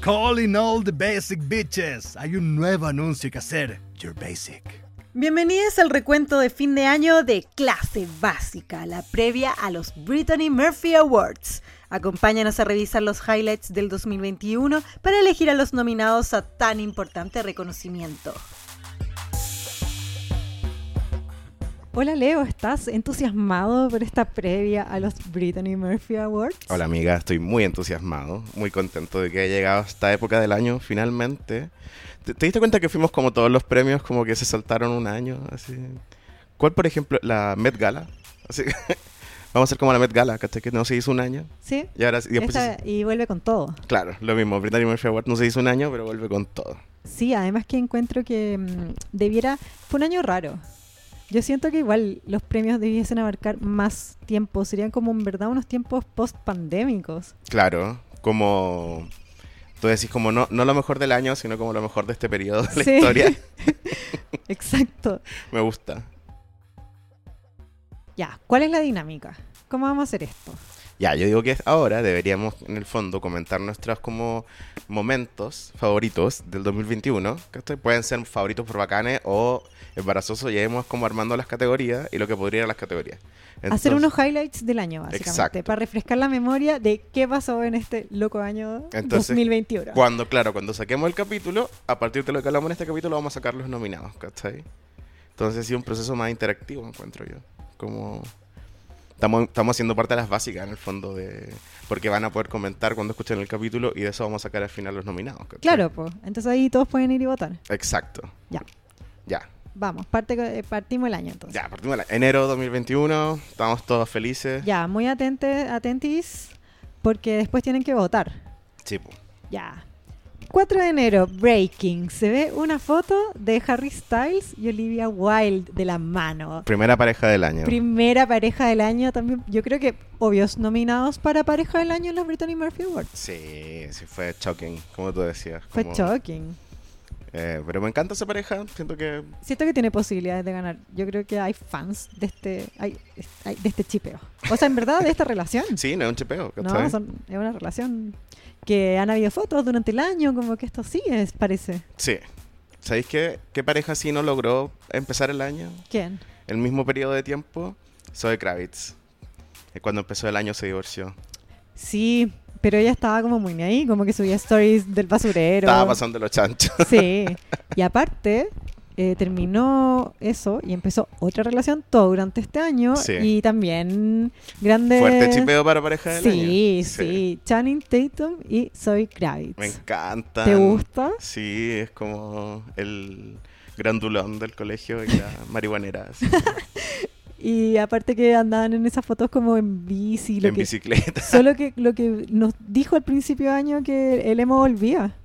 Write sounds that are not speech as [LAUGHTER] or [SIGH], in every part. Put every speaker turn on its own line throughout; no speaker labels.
Calling all the basic bitches. Hay un nuevo anuncio que hacer. Your basic.
Bienvenidos al recuento de fin de año de Clase Básica, la previa a los Brittany Murphy Awards. Acompáñanos a revisar los highlights del 2021 para elegir a los nominados a tan importante reconocimiento.
Hola Leo, ¿estás entusiasmado por esta previa a los Brittany Murphy Awards?
Hola amiga, estoy muy entusiasmado, muy contento de que haya llegado esta época del año finalmente. ¿Te, te diste cuenta que fuimos como todos los premios, como que se saltaron un año? Así? ¿Cuál, por ejemplo, la Met Gala? Así que [LAUGHS] vamos a hacer como la Met Gala, ¿cachai? Que no se hizo un año.
Sí.
Y ahora sí, y después
Esta-
se-
y vuelve con todo.
Claro, lo mismo, Brittany Murphy Award no se hizo un año, pero vuelve con todo.
Sí, además que encuentro que mm, debiera... Fue un año raro. Yo siento que igual los premios debiesen abarcar más tiempo. Serían como en verdad unos tiempos post-pandémicos.
Claro, como... Tú decís como no, no lo mejor del año, sino como lo mejor de este periodo de la
Sí. [LAUGHS]
historia.
Exacto.
Me gusta.
Ya, ¿cuál es la dinámica? ¿Cómo vamos a hacer esto?
Ya, yo digo que ahora deberíamos, en el fondo, comentar nuestros como momentos favoritos del 2021. Que esto pueden ser favoritos por bacanes o embarazosos. Y ahí vamos como armando las categorías y lo que podría ir a las categorías.
hacer
Entonces-
unos highlights del año, básicamente.
Exacto.
Para refrescar la memoria de qué pasó en este loco año
Entonces,
2021.
Cuando, claro, cuando saquemos el capítulo, a partir de lo que hablamos en este capítulo, vamos a sacar los nominados, ¿cachai? Entonces ha sido un proceso más interactivo, encuentro yo. Como... Estamos, estamos haciendo parte de las básicas, en el fondo, de... Porque van a poder comentar cuando escuchen el capítulo y de eso vamos a sacar al final los nominados, ¿cachai?
Claro, pues. Entonces ahí todos pueden ir y votar.
Exacto.
Ya.
Ya,
Vamos, parte, co- eh, partimos el año entonces.
ya, partimos de la- enero 2021, estamos todos felices.
Ya, muy atente, atentis, porque después tienen que votar.
Sí, po.
Ya. 4 de enero, Breaking. Se ve una foto de Harry Styles y Olivia Wilde de la mano.
primera pareja del año.
Primera pareja del año también. Yo creo que obvios nominados para pareja del año en los Brittany Murphy Awards.
sí, sí, fue shocking, como tú decías.
Fue
como-
shocking.
Eh, pero me encanta esa pareja, siento que
Siento que tiene posibilidades de ganar. Yo creo que hay fans de este, hay- hay- de este chipeo. O sea, en verdad, de esta relación.
sí, no es un chipeo.
No,
¿cachai?
son- es una relación que han habido fotos durante el año, como que esto sí es, parece.
Sí. ¿Sabéis qué, qué pareja sí no logró empezar el año?
¿Quién?
El mismo periodo de tiempo, Zoe Kravitz. Eh, Cuando empezó el año se divorció.
Sí, pero ella estaba como muy ni ahí, como que subía stories del basurero.
Estaba pasando los chanchos.
Sí. Y aparte, eh, terminó eso y empezó otra relación todo durante este año.
Sí.
Y también grandes...
Fuerte chipeo para pareja del año.
Sí, sí, Channing Tatum y Zoe Kravitz.
Me encanta.
¿Te gusta?
Sí, es como el grandulón del colegio y
[LAUGHS]
la marihuanera. así,
Y aparte que andaban en esas fotos como en bici. Lo
en
que-
bicicleta.
[LAUGHS] Solo que lo que nos dijo al principio de año que el emo volvía.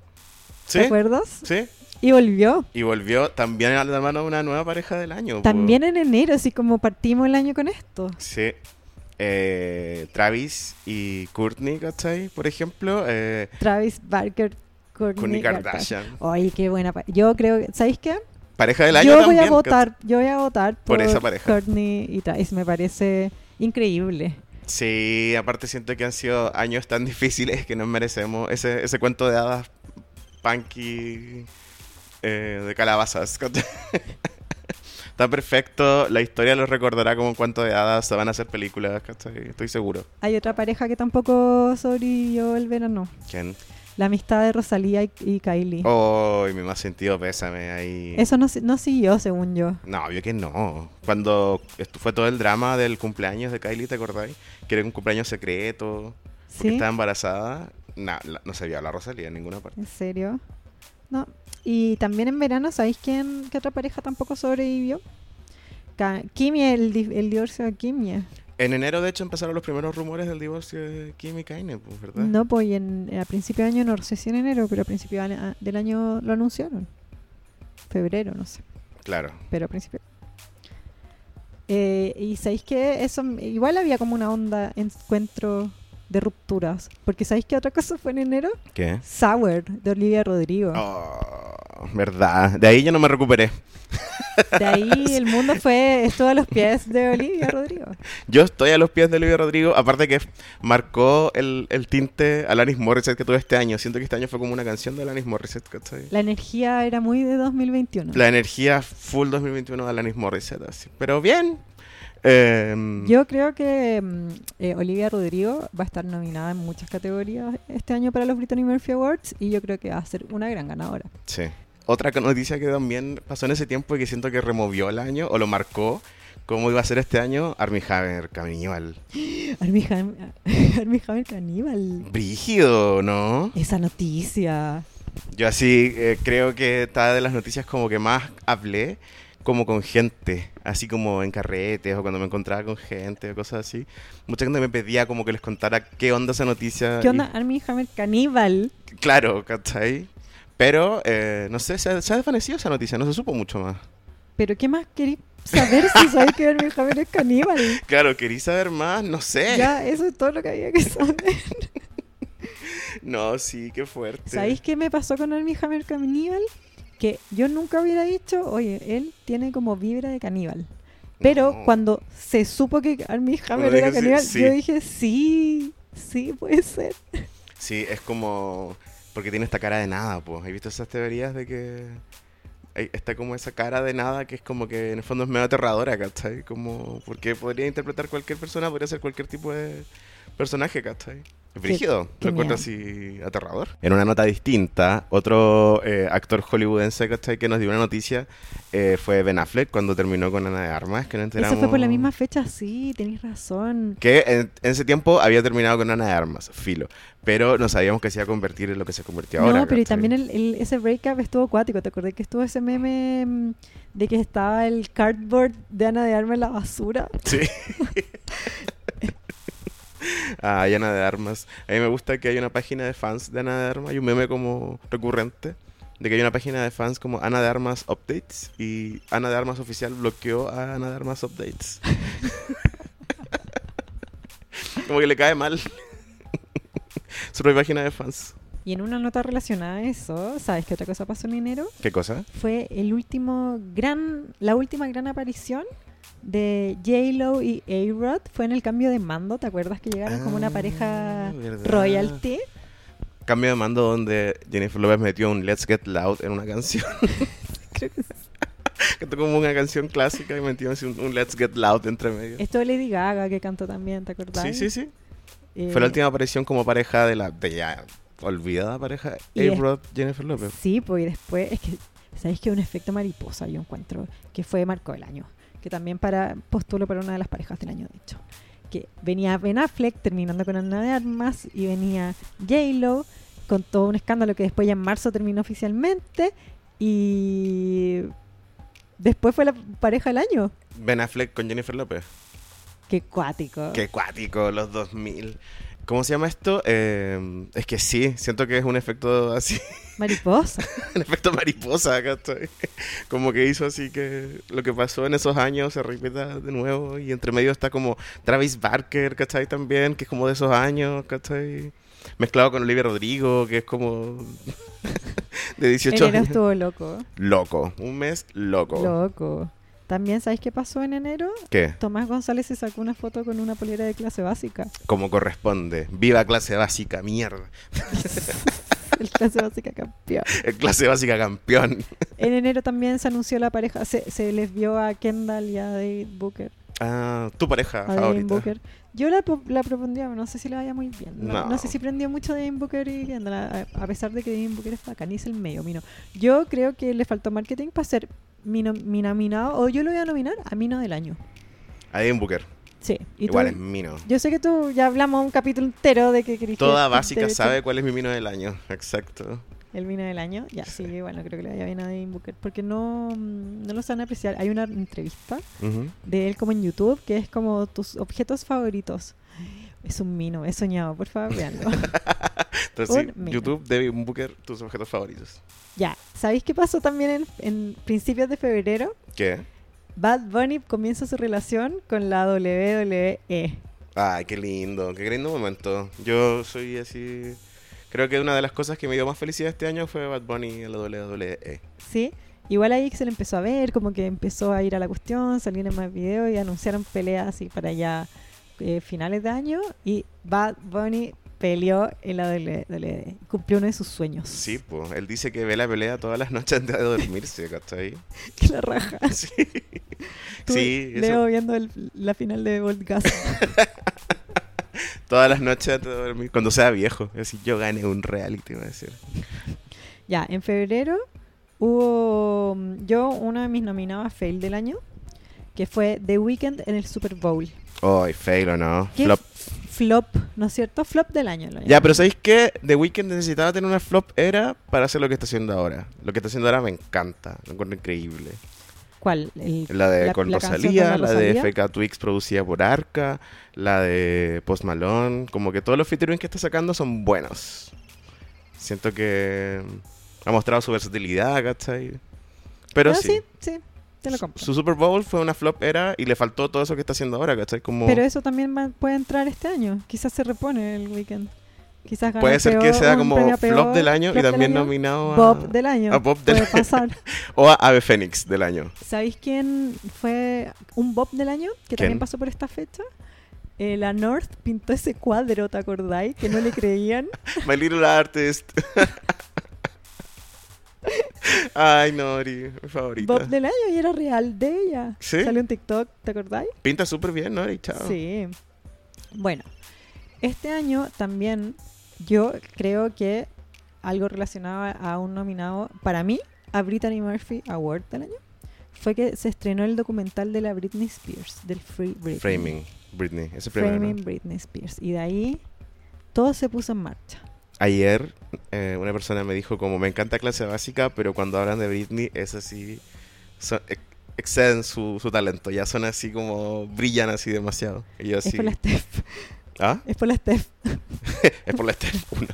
¿Sí?
¿Te acuerdas?
Sí.
Y volvió.
Y volvió también a la mano de una nueva pareja del año. pues. po.
También en enero, así como partimos el año con esto.
Sí. Eh, Travis y Courtney, ¿cachai? Por ejemplo. Eh,
Travis Barker,
Kourtney
Kourtney Kardashian.
Kardashian.
Ay, qué buena. pa- Yo creo que, ¿sabéis qué?
Pareja del año
Yo voy
también.
a votar, yo voy a votar
Por esa pareja.
Kourtney y Travis. Me parece increíble.
¿cachai? Sí, aparte siento que han sido años tan difíciles que nos merecemos ese, ese cuento de hadas punky eh, de calabazas. [LAUGHS] ¿cachai? Está perfecto, la historia los recordará como un cuento de hadas, se van a hacer películas, ¿cachai? Estoy seguro.
Hay otra pareja que tampoco sobrevivió el verano.
¿Quién?
La amistad de Rosalía y, y Kylie.
Oh, mi más sentido pésame ahí.
Eso no, si- no siguió, según yo.
No, obvio que no. Cuando esto fue todo el drama del cumpleaños de Kylie, ¿te acordáis? Que era un cumpleaños secreto, que
¿Sí?
estaba embarazada. No, la- no se vio a la Rosalía en ninguna parte.
¿En serio? No. Y también en verano, ¿sabéis quién, qué otra pareja tampoco sobrevivió? Ka- Kimie, el, di- el divorcio de Kimie.
En enero, de hecho, empezaron los primeros rumores del divorcio de Kim y Kanye, pues, ¿verdad?
No, pues y en, a principio de año, no sé si en enero, pero a principio de a- del año lo anunciaron. Febrero, no sé,
Claro.
pero a principio. Eh, y sabéis que eso, igual había como una onda encuentro de rupturas. Porque sabéis que otra cosa fue en enero,
¿Qué?
Sour de Olivia Rodrigo.
Oh, verdad. De ahí yo no me recuperé.
De ahí el mundo fue estuvo a los pies de Olivia Rodrigo.
Yo estoy a los pies de Olivia Rodrigo, aparte que marcó el, el tinte a Alanis Morissette que tuve este año. Siento que este año fue como una canción de Alanis Morissette, ¿cachai?
La energía era muy de 2021.
La energía full 2021 de Alanis Morissette, así. Pero bien. eh,
Yo creo que mm, eh, Olivia Rodrigo va a estar nominada en muchas categorías este año para los Brittany Murphy Awards y yo creo que va a ser una gran ganadora.
Sí. Otra co- noticia que también pasó en ese tiempo y que siento que removió el año o lo marcó cómo iba a ser este año, Armie Hammer, Caminival.
Armie Ham- [LAUGHS] Armie Hammer Caníbal.
Brígido, ¿no?
Esa noticia.
Yo así eh, creo que está de las noticias como que más hablé como con gente, así como en carretes o cuando me encontraba con gente o cosas así. Mucha gente me pedía como que les contara qué onda esa noticia.
¿Qué onda Armie Hammer Caníbal?
y- claro, ¿cachai? Pero, eh, no sé, se ha, se ha desvanecido esa noticia, no se supo mucho más.
¿Pero qué más queréis saber si sabéis que Armie Hammer es caníbal?
Claro, querí saber más, no sé.
Ya, eso es todo lo que había que saber.
No, sí, qué fuerte.
¿Sabéis qué me pasó con Armie Hammer Caníbal? Que yo nunca hubiera dicho, oye, él tiene como vibra de caníbal. Pero
No.
cuando se supo que Armie Hammer
Bueno,
era
dije, sí,
caníbal,
sí.
yo dije, sí, sí, puede ser.
Sí, es como. Porque tiene esta cara de nada, pues. ¿Has visto esas teorías de que. hay- Está como esa cara de nada que es como que en el fondo es medio aterradora, ¿cachai? Como. Porque podría interpretar cualquier persona, podría ser cualquier tipo de personaje, ¿cachai? Es brígido,
qué
lo encuentro
miedo.
así aterrador. En una nota distinta, otro eh, actor hollywoodense, ¿cachai? Que nos dio una noticia eh, fue Ben Affleck cuando terminó con Ana de Armas, que no enteramos.
Eso fue por la misma fecha, sí, tenéis razón.
Que en, en ese tiempo había terminado con Ana de Armas, filo. Pero no sabíamos que se iba a convertir en lo que se convirtió ahora.
no, pero y
¿cachai?
también el, el- ese breakup estuvo acuático. ¿Te acordás que estuvo ese meme mm, de que estaba el cardboard de Ana de Armas en la basura?
Sí. [LAUGHS] Ah, y Ana de Armas. A mí me gusta que hay una página de fans de Ana de Armas. Hay un meme como recurrente de que hay una página de fans como Ana de Armas Updates y Ana de Armas Oficial bloqueó a Ana de Armas Updates. [LAUGHS] como que le cae mal. [LAUGHS] Su propia página de fans.
Y en una nota relacionada a eso, ¿sabes qué otra cosa pasó en enero?
¿Qué cosa?
fue el último gran, la última gran aparición de J-Lo y A-Rod. Fue en el cambio de mando, ¿te acuerdas que llegaron como
Ah,
una pareja
verdad.
royalty?
Cambio de mando donde Jennifer Lopez metió un Let's Get Loud en una canción. [LAUGHS]
Creo que sí.
que tocó como una canción clásica y metió así un, un Let's Get Loud entre medio.
Esto de Lady Gaga que cantó también, ¿te acordás?
Sí, sí, sí.
Eh,
Fue la última aparición como pareja de la de ya olvidada pareja
Y es-
A-Rod Jennifer Lopez.
Sí, pues y después es que, ¿sabéis que un efecto mariposa yo encuentro? Que fue marcó el año. Que también para postulo para una de las parejas del año, de hecho. Que venía Ben Affleck terminando con Ana de Armas y venía J-Lo con todo un escándalo que después ya en marzo terminó oficialmente y después fue la pareja del año.
Ben Affleck con Jennifer Lopez.
Qué cuático.
Qué cuático, los 2000. ¿Cómo se llama esto? Eh, es que sí, siento que es un efecto así,
Mariposa.
[LAUGHS] un efecto mariposa acá estoy. Como que hizo así que lo que pasó en esos años se repita de nuevo y entre medio está como Travis Barker, ¿cachai? También, que es como de esos años, ¿cachai? Mezclado con Olivia Rodrigo, que es como [LAUGHS] de 18
Enero
años.
estuvo loco.
Loco, un mes loco.
Loco. También, ¿sabéis qué pasó en enero?
¿Qué?
Tomás González se sacó una foto con una polera de clase básica.
Como corresponde. Viva clase básica, mierda. [LAUGHS]
[LAUGHS] El clase básica campeón.
Eh, Clase básica campeón.
En enero también se anunció la pareja, se, se les vio a Kendall y a David Booker.
Ah, tu pareja
A Devin
favorita.
Booker. Yo la, po- la propondría, pero no sé si le vaya muy bien. No,
No.
no sé si prendió mucho Devin Booker y Kendall, a, a pesar de que Devin Booker es bacán y es el medio mino. Yo creo que le faltó marketing para ser mi, nom- mi nominado, o yo lo voy a nominar a Mino del Año.
A Devin Booker.
Sí. ¿Y tú?
Igual es mino.
Yo sé que tú ya hablamos un capítulo entero de que querís que-
Toda
que
básica
te-
sabe cuál es mi mino del año. Exacto.
El vino del año, ya, sí,
Sí.
bueno, creo que le vaya bien a Devin Booker, porque no, mm, no lo saben apreciar. Hay una entrevista
Ujú.
de él como en YouTube, que es como tus objetos favoritos. Es un mino, he soñado, por favor, veanlo.
Entonces,
Un
sí,
mino.
YouTube, Devin Booker, tus objetos favoritos.
ya, ¿sabéis qué pasó también en, en principios de febrero?
¿Qué?
Bad Bunny comienza su relación con la E. WWE.
Ay, qué lindo, qué lindo momento. Yo soy así. Creo que una de las cosas que me dio más felicidad este año fue Bad Bunny en la WWE.
¿Sí? Igual ahí se le empezó a ver, como que empezó a ir a la cuestión, salieron más videos y anunciaron peleas así para ya eh, finales de año. Y Bad Bunny peleó en la WWE, cumplió uno de sus sueños. [LAUGHS]
Sí, pues. Él dice que ve la pelea todas las noches antes de dormirse, ¿cachai?
Que la raja.
[LAUGHS] Sí.
Estuve
Sí, eso.
Leo viendo el- la final de Bolt Gas.
Todas las noches antes de dormir. Cuando sea viejo. Es decir, yo gané un reality, voy a decir.
[LAUGHS] Ya, en febrero hubo mm, yo uno de mis nominados a fail del año, que fue The Weeknd en el Super Bowl.
Ay, fail o no.
¿Qué
Flop.
Flop, ¿no es cierto? Flop del año. lo
Ya,
llaman.
pero ¿sabéis qué? The Weeknd necesitaba tener una flop era para hacer lo que está haciendo ahora. Lo que está haciendo ahora me encanta. Lo encuentro increíble.
¿Cuál? El-
La de
la-
con
la canción
Rosalía,
con la
la de
Rosalía.
FK Twix producida por Arca, la de Post Malone, como que todos los featuring que está sacando son buenos. Siento que ha mostrado su versatilidad, ¿cachai? Pero
Ah,
sí,
sí, sí, te lo compro.
su Super Bowl fue una flop era y le faltó todo eso que está haciendo ahora, ¿cachai? Como
Pero eso también va- puede entrar este año. Quizás se repone el weekend. Quizás gana
puede ser que
peor,
sea
un
como
premio
flop
peor,
del año
flop
y
del
también
año,
nominado a
Bob del año.
a Bob del-
Puede pasar.
[LAUGHS] o a Ave Fénix del año.
¿Sabéis quién fue un Bob del año que también
¿Quién?
pasó por esta fecha? Eh, la North pintó ese cuadro, ¿te acordáis? Que no
[LAUGHS]
le creían.
My Little Artist. [LAUGHS] Ay, Nori, mi favorita.
Bob del año y era real de ella.
¿Sí?
Salió en TikTok, ¿te acordáis?
Pinta súper bien, Nori, chao.
Sí. Bueno, este año también yo creo que algo relacionado a un nominado, para mí, a Brittany Murphy Award del año, fue que se estrenó el documental de la Britney Spears, del Free Britney.
Framing, Britney. Ese primero, ¿no?
Framing Britney Spears. Y de ahí todo se puso en marcha.
Ayer eh, una persona me dijo como me encanta clase básica, pero cuando hablan de Britney es así, son- ex- exceden su, su talento, ya son así como brillan así demasiado. Y yo
Es
así,
por la Steph.
¿ah?
Es por la Steph.
Es por la Steph [LAUGHS] uno.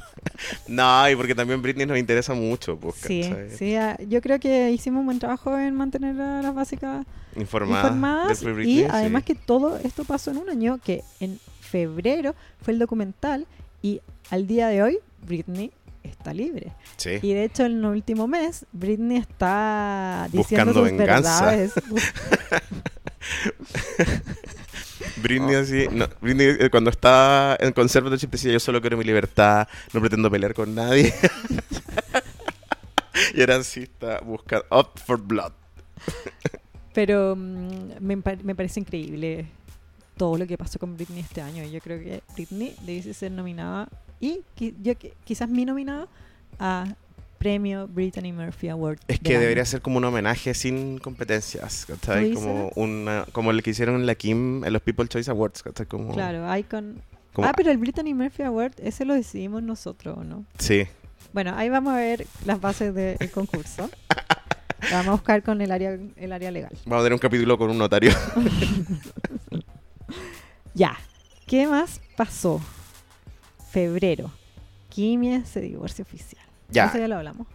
no, y porque también Britney nos interesa mucho, pues,
Sí,
¿cachai?
sí. ah, Yo creo que hicimos un buen trabajo en mantener a las básicas
Informada
informadas.
del pre-Britney,
Y
sí.
además que todo esto pasó en un año que en febrero fue el documental y al día de hoy Britney está libre.
Sí.
Y de hecho en el último mes Britney está
Buscando
diciendo sus
venganza. [LAUGHS]
verdades.
Britney así, no, Britney eh, cuando está en concierto siempre decía yo solo quiero mi libertad, no pretendo pelear con nadie. [LAUGHS] y ahora sí está buscando Up for Blood.
Pero mm, me, pa- me parece increíble todo lo que pasó con Britney este año. Yo creo que Britney debe ser nominada y qui- yo qui- quizás mi nominada a premio Brittany Murphy Award.
Es
del
que
año.
debería ser como un homenaje sin competencias,
¿Tú
¿cachai?
dices?
Como, una, como el que hicieron en la Kim en los People Choice Awards, ¿cachai? Como,
Claro, Icon.
como-
Ah, pero el Brittany Murphy Award, ese lo decidimos nosotros, ¿o no?
Sí,
Bueno, ahí vamos a ver las bases del
[LAUGHS]
concurso. La Vamos a buscar con el área, el área legal.
vamos a tener un capítulo con un notario. [LAUGHS]
Ya. ¿Qué más pasó? Febrero. Kimia se divorcio oficial.
ya.
Eso ya lo hablamos.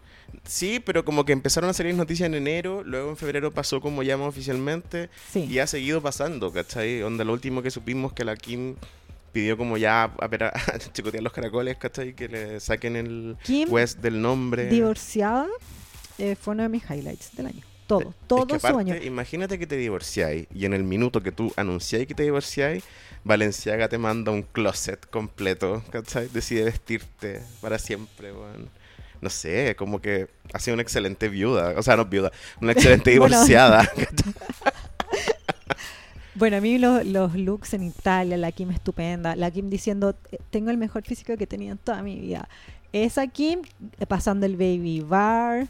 Sí, pero como que empezaron a salir noticias en enero, luego en febrero pasó como llama oficialmente,
Sí.
Y ha seguido pasando, ¿cachai? Onda, lo último que supimos que la Kim pidió como ya a, ver, a [LAUGHS] chicotear los caracoles, ¿cachai? Que le saquen el
Kim,
West del nombre.
divorciada, eh, fue uno de mis highlights del año. Todo,
Es
todo
que
su
aparte,
año.
Imagínate que te divorciáis y en el minuto que tú anunciáis que te divorciáis, Valenciaga te manda un closet completo, ¿cachai? Decide vestirte para siempre, weón. No sé, como que ha sido una excelente viuda, o sea, no viuda, una excelente
[LAUGHS] Bueno.
divorciada. [LAUGHS]
Bueno, a mí lo- los looks en Italia, la Kim estupenda, la Kim diciendo, "Eh, tengo el mejor físico que he tenido en toda mi vida. Esa Kim eh, pasando el baby bar,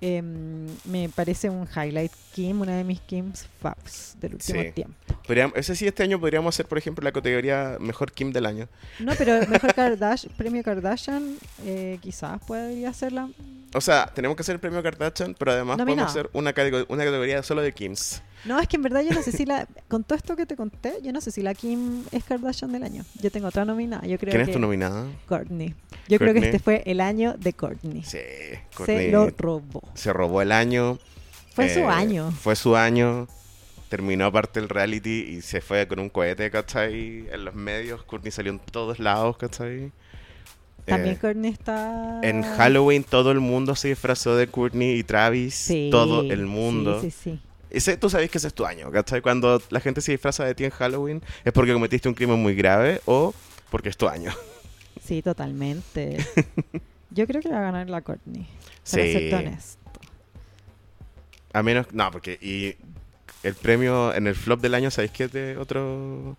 em, me parece un highlight Kim, una de mis Kims faves del último
Sí.
tiempo.
Podríamos- ese sí, este año podríamos hacer, por ejemplo, la categoría Mejor Kim del año.
No, pero mejor Kardashian, [LAUGHS] premio Kardashian, eh, quizás podría ser la...
O sea, tenemos que hacer el premio Kardashian, pero además
Nominado.
podemos hacer una, catego- una categoría solo de Kims.
No, es que en verdad yo no sé si la... Con todo esto que te conté, yo no sé si la Kim es Kardashian del año. Yo tengo otra nominada, yo creo
¿Quién
que...
es tu nominada?
Courtney. Yo creo que
Kourtney.
este fue el año de Courtney.
Sí,
se
Courtney.
lo robó.
Se robó el año.
Fue
eh,
su año.
Fue su año. Terminó aparte el reality y se fue con un cohete, ¿cachai? En los medios, Courtney salió en todos lados, ¿cachai?
También
Eh,
Courtney está.
En Halloween todo el mundo se disfrazó de Courtney y Travis.
Sí,
todo el mundo.
Sí, sí, sí.
Ese, tú sabes que ese es tu año, ¿cachai? Cuando la gente se disfraza de ti en Halloween es porque cometiste un crimen muy grave o porque es tu año. [LAUGHS]
Sí, totalmente. Yo creo que va a ganar la Courtney. Para
Sí.
serte honesto.
A menos, no, porque y el premio en el flop del año, ¿sabéis qué de otro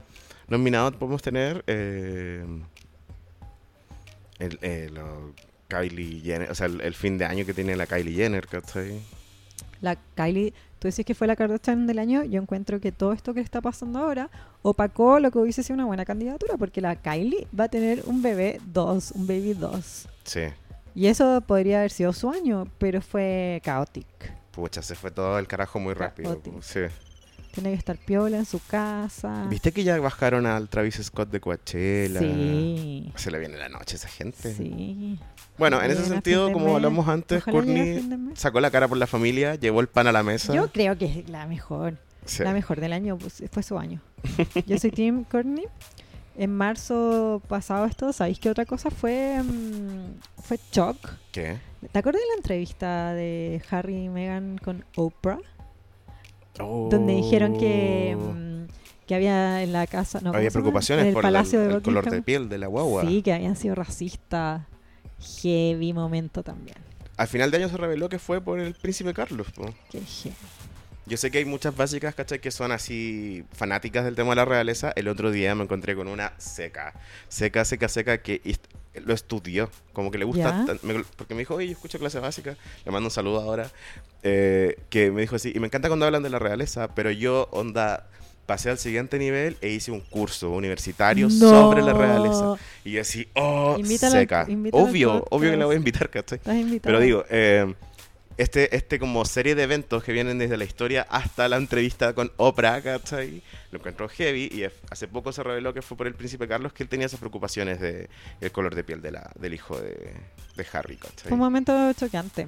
nominado podemos tener? Eh, el, eh, lo- Kylie Jenner, o sea, el, el fin de año que tiene la Kylie Jenner, ¿cachai?
La Kylie, tú decís que fue la Kardashian del año. Yo encuentro que todo esto que le está pasando ahora opacó lo que hubiese sido una buena candidatura, porque la Kylie va a tener un bebé 2, un baby 2.
Sí,
Y eso podría haber sido su año, pero fue caótico.
pucha, se fue todo el carajo muy rápido.
Caótico.
sí.
Tiene que estar piola en su casa.
¿Viste que ya bajaron al Travis Scott de Coachella?
Sí.
Se le viene la noche a esa gente.
Sí.
Bueno, en
Ojalá
ese
llegue a
sentido,
fin de
como
mes.
hablamos antes,
Ojalá llegue a
Courtney
fin de mes.
sacó la cara por la familia, llevó el pan a la mesa.
Yo creo que es la mejor.
Sí.
La mejor del año pues, fue su
[LAUGHS]
año. Yo soy Tim Courtney. En marzo pasado esto, ¿sabéis qué otra cosa fue? mm, fue shock.
¿Qué?
¿Te acuerdas de la entrevista de Harry y Meghan con Oprah? Donde dijeron que, mm, que había en la casa... No, ¿cómo
Había
se llama?
Oh. preocupaciones
en el
por la-
palacio de
el color de
Buckingham.
piel de la guagua.
Sí, que habían sido racistas. Heavy momento también.
Al final de año se reveló que fue por el príncipe Carlos. po.
Qué heavy.
Yo sé que hay muchas básicas, ¿cachai? Que son así fanáticas del tema de la realeza. El otro día me encontré con una seca. Seca, seca, seca que est- lo estudió. Como que le gusta...
Ya.
tan- me- porque me dijo, oye, yo escucho clase básica. Le mando un saludo ahora. eh, que me dijo así, y me encanta cuando hablan de la realeza, pero yo, onda... Pasé al siguiente nivel e hice un curso universitario sobre la
No.
realeza. Y yo así, oh,
Invítala al-
seca.
invítala al
Obvio, obvio que la voy a
podcast.
invitar, ¿cachai?
Estás invitada.
Pero digo, eh, este, este como serie de eventos que vienen desde la historia hasta la entrevista con Oprah, ¿cachai? Lo encontró heavy y es- hace poco se reveló que fue por el príncipe Carlos que él tenía esas preocupaciones de el color de piel de la, del hijo de, de Harry, ¿cachai?
Fue un momento choqueante.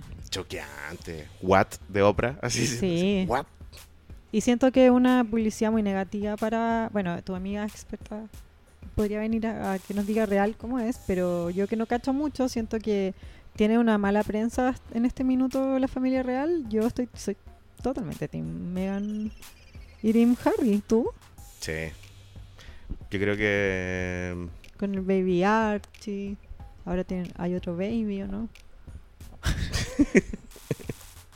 Choqueante. What de Oprah, así
Sí.
What.
Y siento que una publicidad muy negativa para, bueno, tu amiga experta podría venir a, a que nos diga real cómo es, pero yo que no cacho mucho, siento que tiene una mala prensa en este minuto la familia real. Yo estoy soy totalmente Team Megan y Team Harry, tú,
Sí. Yo creo que
con el baby Archie. Ahora tienen, hay otro baby,
[LAUGHS]
¿o no?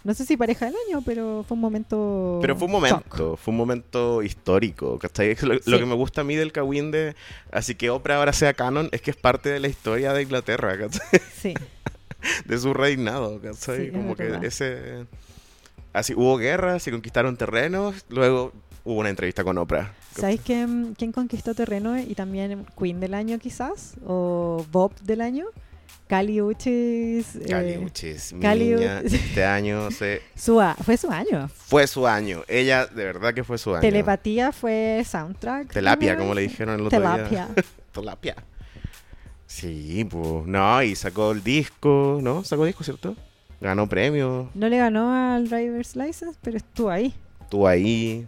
no sé si pareja del año, pero fue un momento...
Pero fue un
shock.
momento, fue un momento histórico, ¿cachai? Es Lo, lo
Sí.
que me gusta a mí del Kawin de... Así que Oprah ahora sea canon, es que es parte de la historia de Inglaterra, ¿cachai? [LAUGHS]
Sí.
De su reinado, ¿cachai?
Sí, es
Como que
verdad.
ese... Así, hubo guerras, se conquistaron terrenos, luego hubo una entrevista con Oprah.
¿Sabéis quién, mm, quién conquistó terreno y también Queen del año quizás? ¿O Bob del año? Cali Uchis. eh,
Cali Uchis, mi
Cali
niña,
Uchis.
este año se...
su a- fue su año.
Fue su año, ella de verdad que fue su año.
Telepatía fue soundtrack.
Telapia,
¿no?
como le dijeron el otro día.
Telapia.
[LAUGHS] Telapia. Sí, pues. No, y sacó el disco, ¿no? Sacó disco, ¿cierto? Ganó premio,
No le ganó al Driver's License, pero estuvo ahí.
estuvo ahí.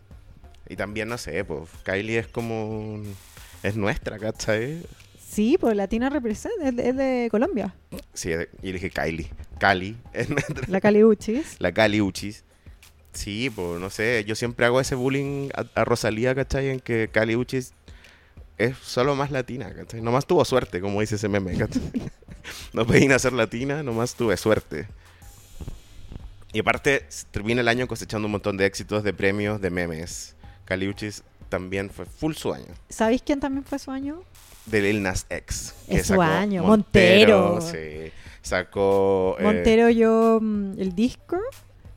Y también, no sé, pues, Kylie es como... un- Es nuestra, ¿cachai?
Sí, por Latina Represent, es de, es de Colombia.
Sí, y le dije Kylie. [LAUGHS] Cali. es nuestra.
La Cali Uchis.
La Cali Uchis. Sí, pues, no sé. Yo siempre hago ese bullying a, a Rosalía, ¿cachai? En que Cali Uchis es solo más latina, ¿cachai? Nomás tuvo suerte, como dice ese meme, ¿cachai? [LAUGHS] no pedí nacer latina, nomás tuve suerte. Y aparte, s- termina el año cosechando un montón de éxitos, de premios, de memes. Cali Uchis también fue full su año.
¿Sabéis quién también fue su año?
De Lil Nas X.
Es su año, Montero.
Sí. Sacó... eh,
Montero, yo. mm, El disco.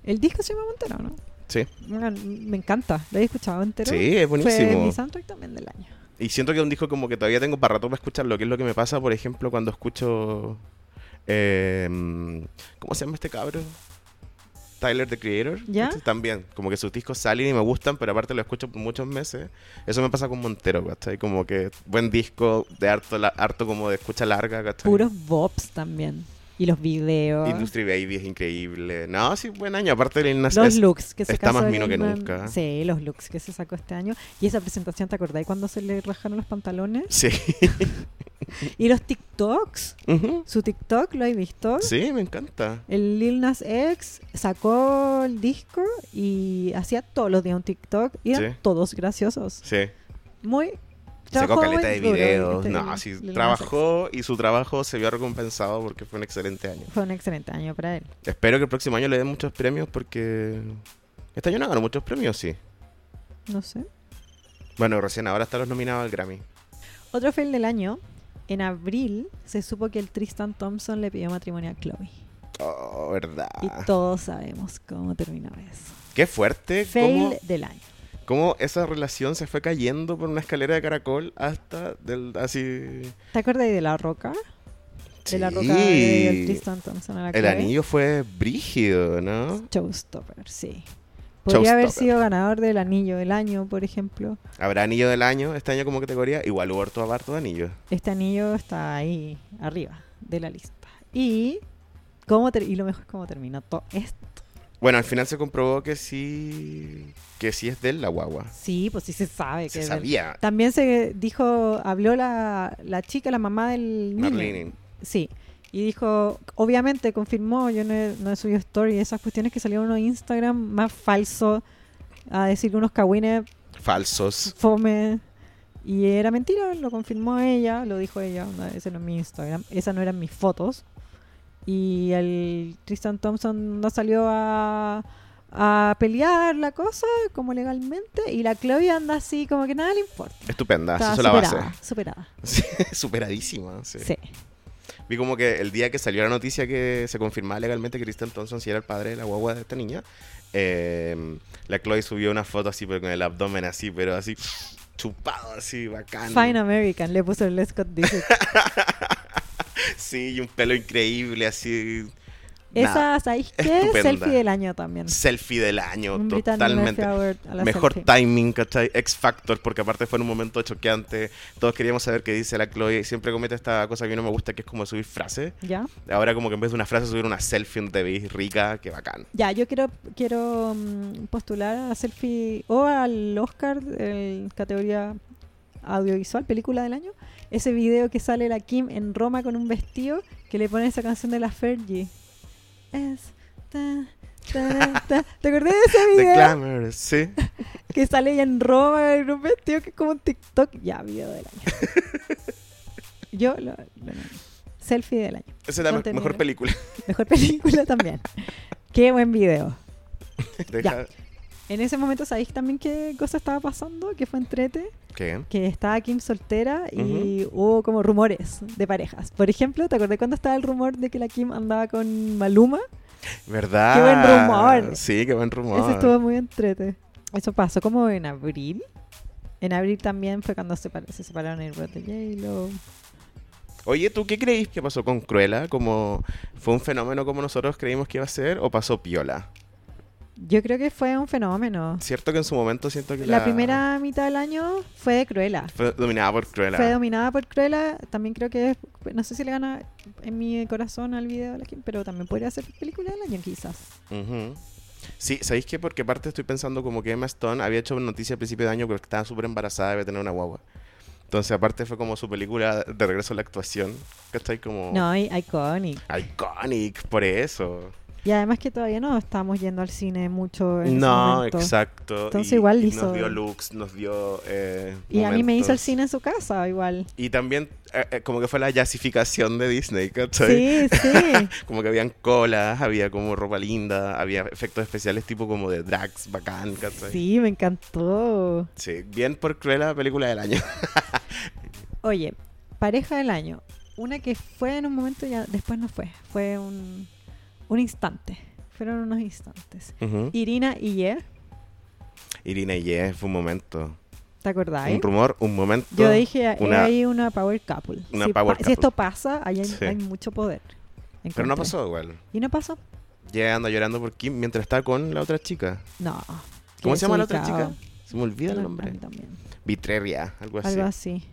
El disco se llama Montero, ¿no?
sí.
Bueno, me encanta. Lo he escuchado entero.
Sí, es buenísimo.
Fue mi soundtrack también del año.
Y siento que es un disco como que todavía tengo para rato para escucharlo, que es lo que me pasa, por ejemplo, cuando escucho. eh, ¿Cómo se llama este cabro? Tyler the Creator.
¿Ya?
¿cachai? También, como que sus discos salen y me gustan, pero aparte lo escucho por muchos meses. Eso me pasa con Montero, ¿cachai? Como que buen disco de harto, la- harto como de escucha larga, ¿cachai?
Puros bops también. Y los videos.
Industry Baby es increíble. No, sí, buen año. Aparte de Nas
Los
es-
looks que se
está más
casó
mino que
Lin-Manuel-
nunca.
Sí, los looks que se sacó este año. Y esa presentación, ¿te acordáis cuando se le rajaron los pantalones?
Sí.
Y los TikToks.
Ujú.
Su TikTok, ¿lo he visto?
[LAUGHS] Sí, me encanta.
El Lil Nas X sacó el disco y hacía todos los días un TikTok y eran
Sí.
todos graciosos.
Sí.
Muy.
Sacó
trabajó
caleta de
muy duro,
videos.
este
No,
Lil-
sí,
Lil Nas X.
trabajó y su trabajo se vio recompensado porque fue un excelente año.
Fue un excelente año para él.
Espero que el próximo año le den muchos premios porque. Este año no ganó muchos premios, sí.
No sé.
Bueno, recién ahora están los nominados al Grammy.
Otro fail del año. En abril se supo que el Tristan Thompson le pidió matrimonio a Chloe.
Oh, verdad.
Y todos sabemos cómo terminó eso.
Qué fuerte.
Fail
Cómo,
del año.
cómo esa relación se fue cayendo por una escalera de caracol hasta del así.
¿Te acuerdas de La Roca? De La Roca
Sí.
de el Tristan Thompson a la
El
Chloe.
anillo fue brígido, ¿no?
Showstopper, sí. Podría haber
Showstopper. sido
sido ganador del anillo del año, por ejemplo.
Habrá anillo del año, este año como categoría. Igual hubo harto harto de anillos.
Este anillo está ahí, arriba de la lista. Y, cómo ter- y lo mejor es cómo terminó todo esto.
Bueno, al final se comprobó que sí. Que sí es de él la guagua.
Sí, pues sí se sabe. que
Se
es del-
sabía.
También se dijo, habló la, la chica, la mamá del niño.
Marlene.
Sí. Y dijo, obviamente confirmó, yo no he, no he subido story, esas cuestiones que salieron en Instagram más falso a decir unos cagüines
Falsos.
fome. Y era mentira, lo confirmó ella, lo dijo ella, onda, ese no es mi Instagram, esas no eran mis fotos. Y el Tristan Thompson no salió a, a pelear la cosa como legalmente y la Chloe anda así como que nada le importa.
Estupenda, se
Está
hizo la base.
superada, superada.
[LAUGHS] Sí, Superadísima, sí.
Sí.
Vi como que el día que salió la noticia que se confirmaba legalmente que Christian Thompson sí era el padre de la guagua de esta niña, eh, la Chloe subió una foto así, pero con el abdomen así, pero así chupado, así bacán.
Fine American, le puso el Scott Disick.
Sí, y un pelo increíble, así. [LAUGHS] nada,
Esa, ¿sabéis qué?
[LAUGHS] Estupenda.
Selfie del año también.
Selfie del año,
Un Brittany
totalmente.
Murphy Award a la
Mejor
selfie.
timing, ¿cachai? X Factor, porque aparte fue en un momento choqueante. Todos queríamos saber qué dice la Chloe. Siempre comete esta cosa que a mí no me gusta, que es como subir frases.
¿Ya?
Ahora como que en vez de una frase subir una selfie donde te veis rica, qué bacán.
Ya, yo quiero quiero mm, postular a selfie o al Oscar en categoría audiovisual, película del año. Ese video que sale la Kim en Roma con un vestido que le pone esa canción de la Fergie. Es ta, ta, ta. ¿Te acordás de
[LAUGHS]
ese
The
video?
Glamour, sí.
Que sale ella en Roma en un vestido que es como un TikTok. Ya, video del año. Yo lo, lo selfie del año.
Esa es la me-
Contenido.
mejor película. [LAUGHS]
Mejor película también. Qué buen video.
Deja-
En ese momento, ¿sabéis también qué cosa estaba pasando? Que fue entrete,
¿Qué?
que estaba Kim soltera y hubo como rumores de parejas. Por ejemplo, ¿te acordás cuando estaba el rumor de que la Kim andaba con Maluma?
¿Verdad?
Qué buen rumor.
Sí, qué buen rumor.
Eso estuvo muy entrete. Eso pasó como en abril. En abril también fue cuando se, par- se separaron el Rod de J-Lo.
Oye, ¿tú qué creís que pasó con Cruella? ¿Como ¿Fue un fenómeno como nosotros creímos que iba a ser o pasó piola?
Yo creo que fue un fenómeno.
Cierto que en su momento siento que la,
La primera mitad del año fue de Cruella.
fue dominada por Cruella.
Fue dominada por Cruella. También creo que, no sé si le gana en mi corazón al video de la Kim, pero también podría ser película del año, quizás.
Ujú. Sí, ¿sabéis qué? Porque aparte estoy pensando como que Emma Stone había hecho una noticia a principio de año que estaba súper embarazada de tener una guagua. Entonces, aparte fue como su película de regreso a la actuación. ¿Cachai? Como...
No, i- iconic.
Iconic, por eso.
Y además que todavía no estamos yendo al cine mucho en ese
no,
momento.
exacto.
Entonces igual hizo-
Nos dio looks, nos dio. eh,
Y a mí me hizo el
momentos.
cine en su casa, igual.
Y también, eh, eh, como que fue la jazzificación de Disney, ¿cachai?
Sí,
[LAUGHS]
sí.
Como que habían colas, había como ropa linda, había efectos especiales tipo como de drags, bacán, ¿cachai? Sí.
sí, me encantó.
bien por Cruella, película del año.
Oye, pareja del año. Una que fue en un momento y ya después no fue. Fue un, un instante. Fueron unos instantes. Irina y Ye,
[LAUGHS] Irina y Ye fue un momento.
¿te acordáis?
Un rumor, un momento.
Yo dije, "Eh,
una-
hay una power couple.
una
si,
power
pa- si
couple.
esto pasa, ahí hay,
Sí.
hay mucho poder.
Pero no
Encontré.
pasó igual.
¿Y no pasó?
Ye anda llorando por Kim mientras está con la otra chica.
No.
¿Cómo
Qué
se llama la otra
desubicado.
chica? Se me olvida
No,
el
a
nombre. Pues
mí también.
Vitreria, algo así.
Algo así.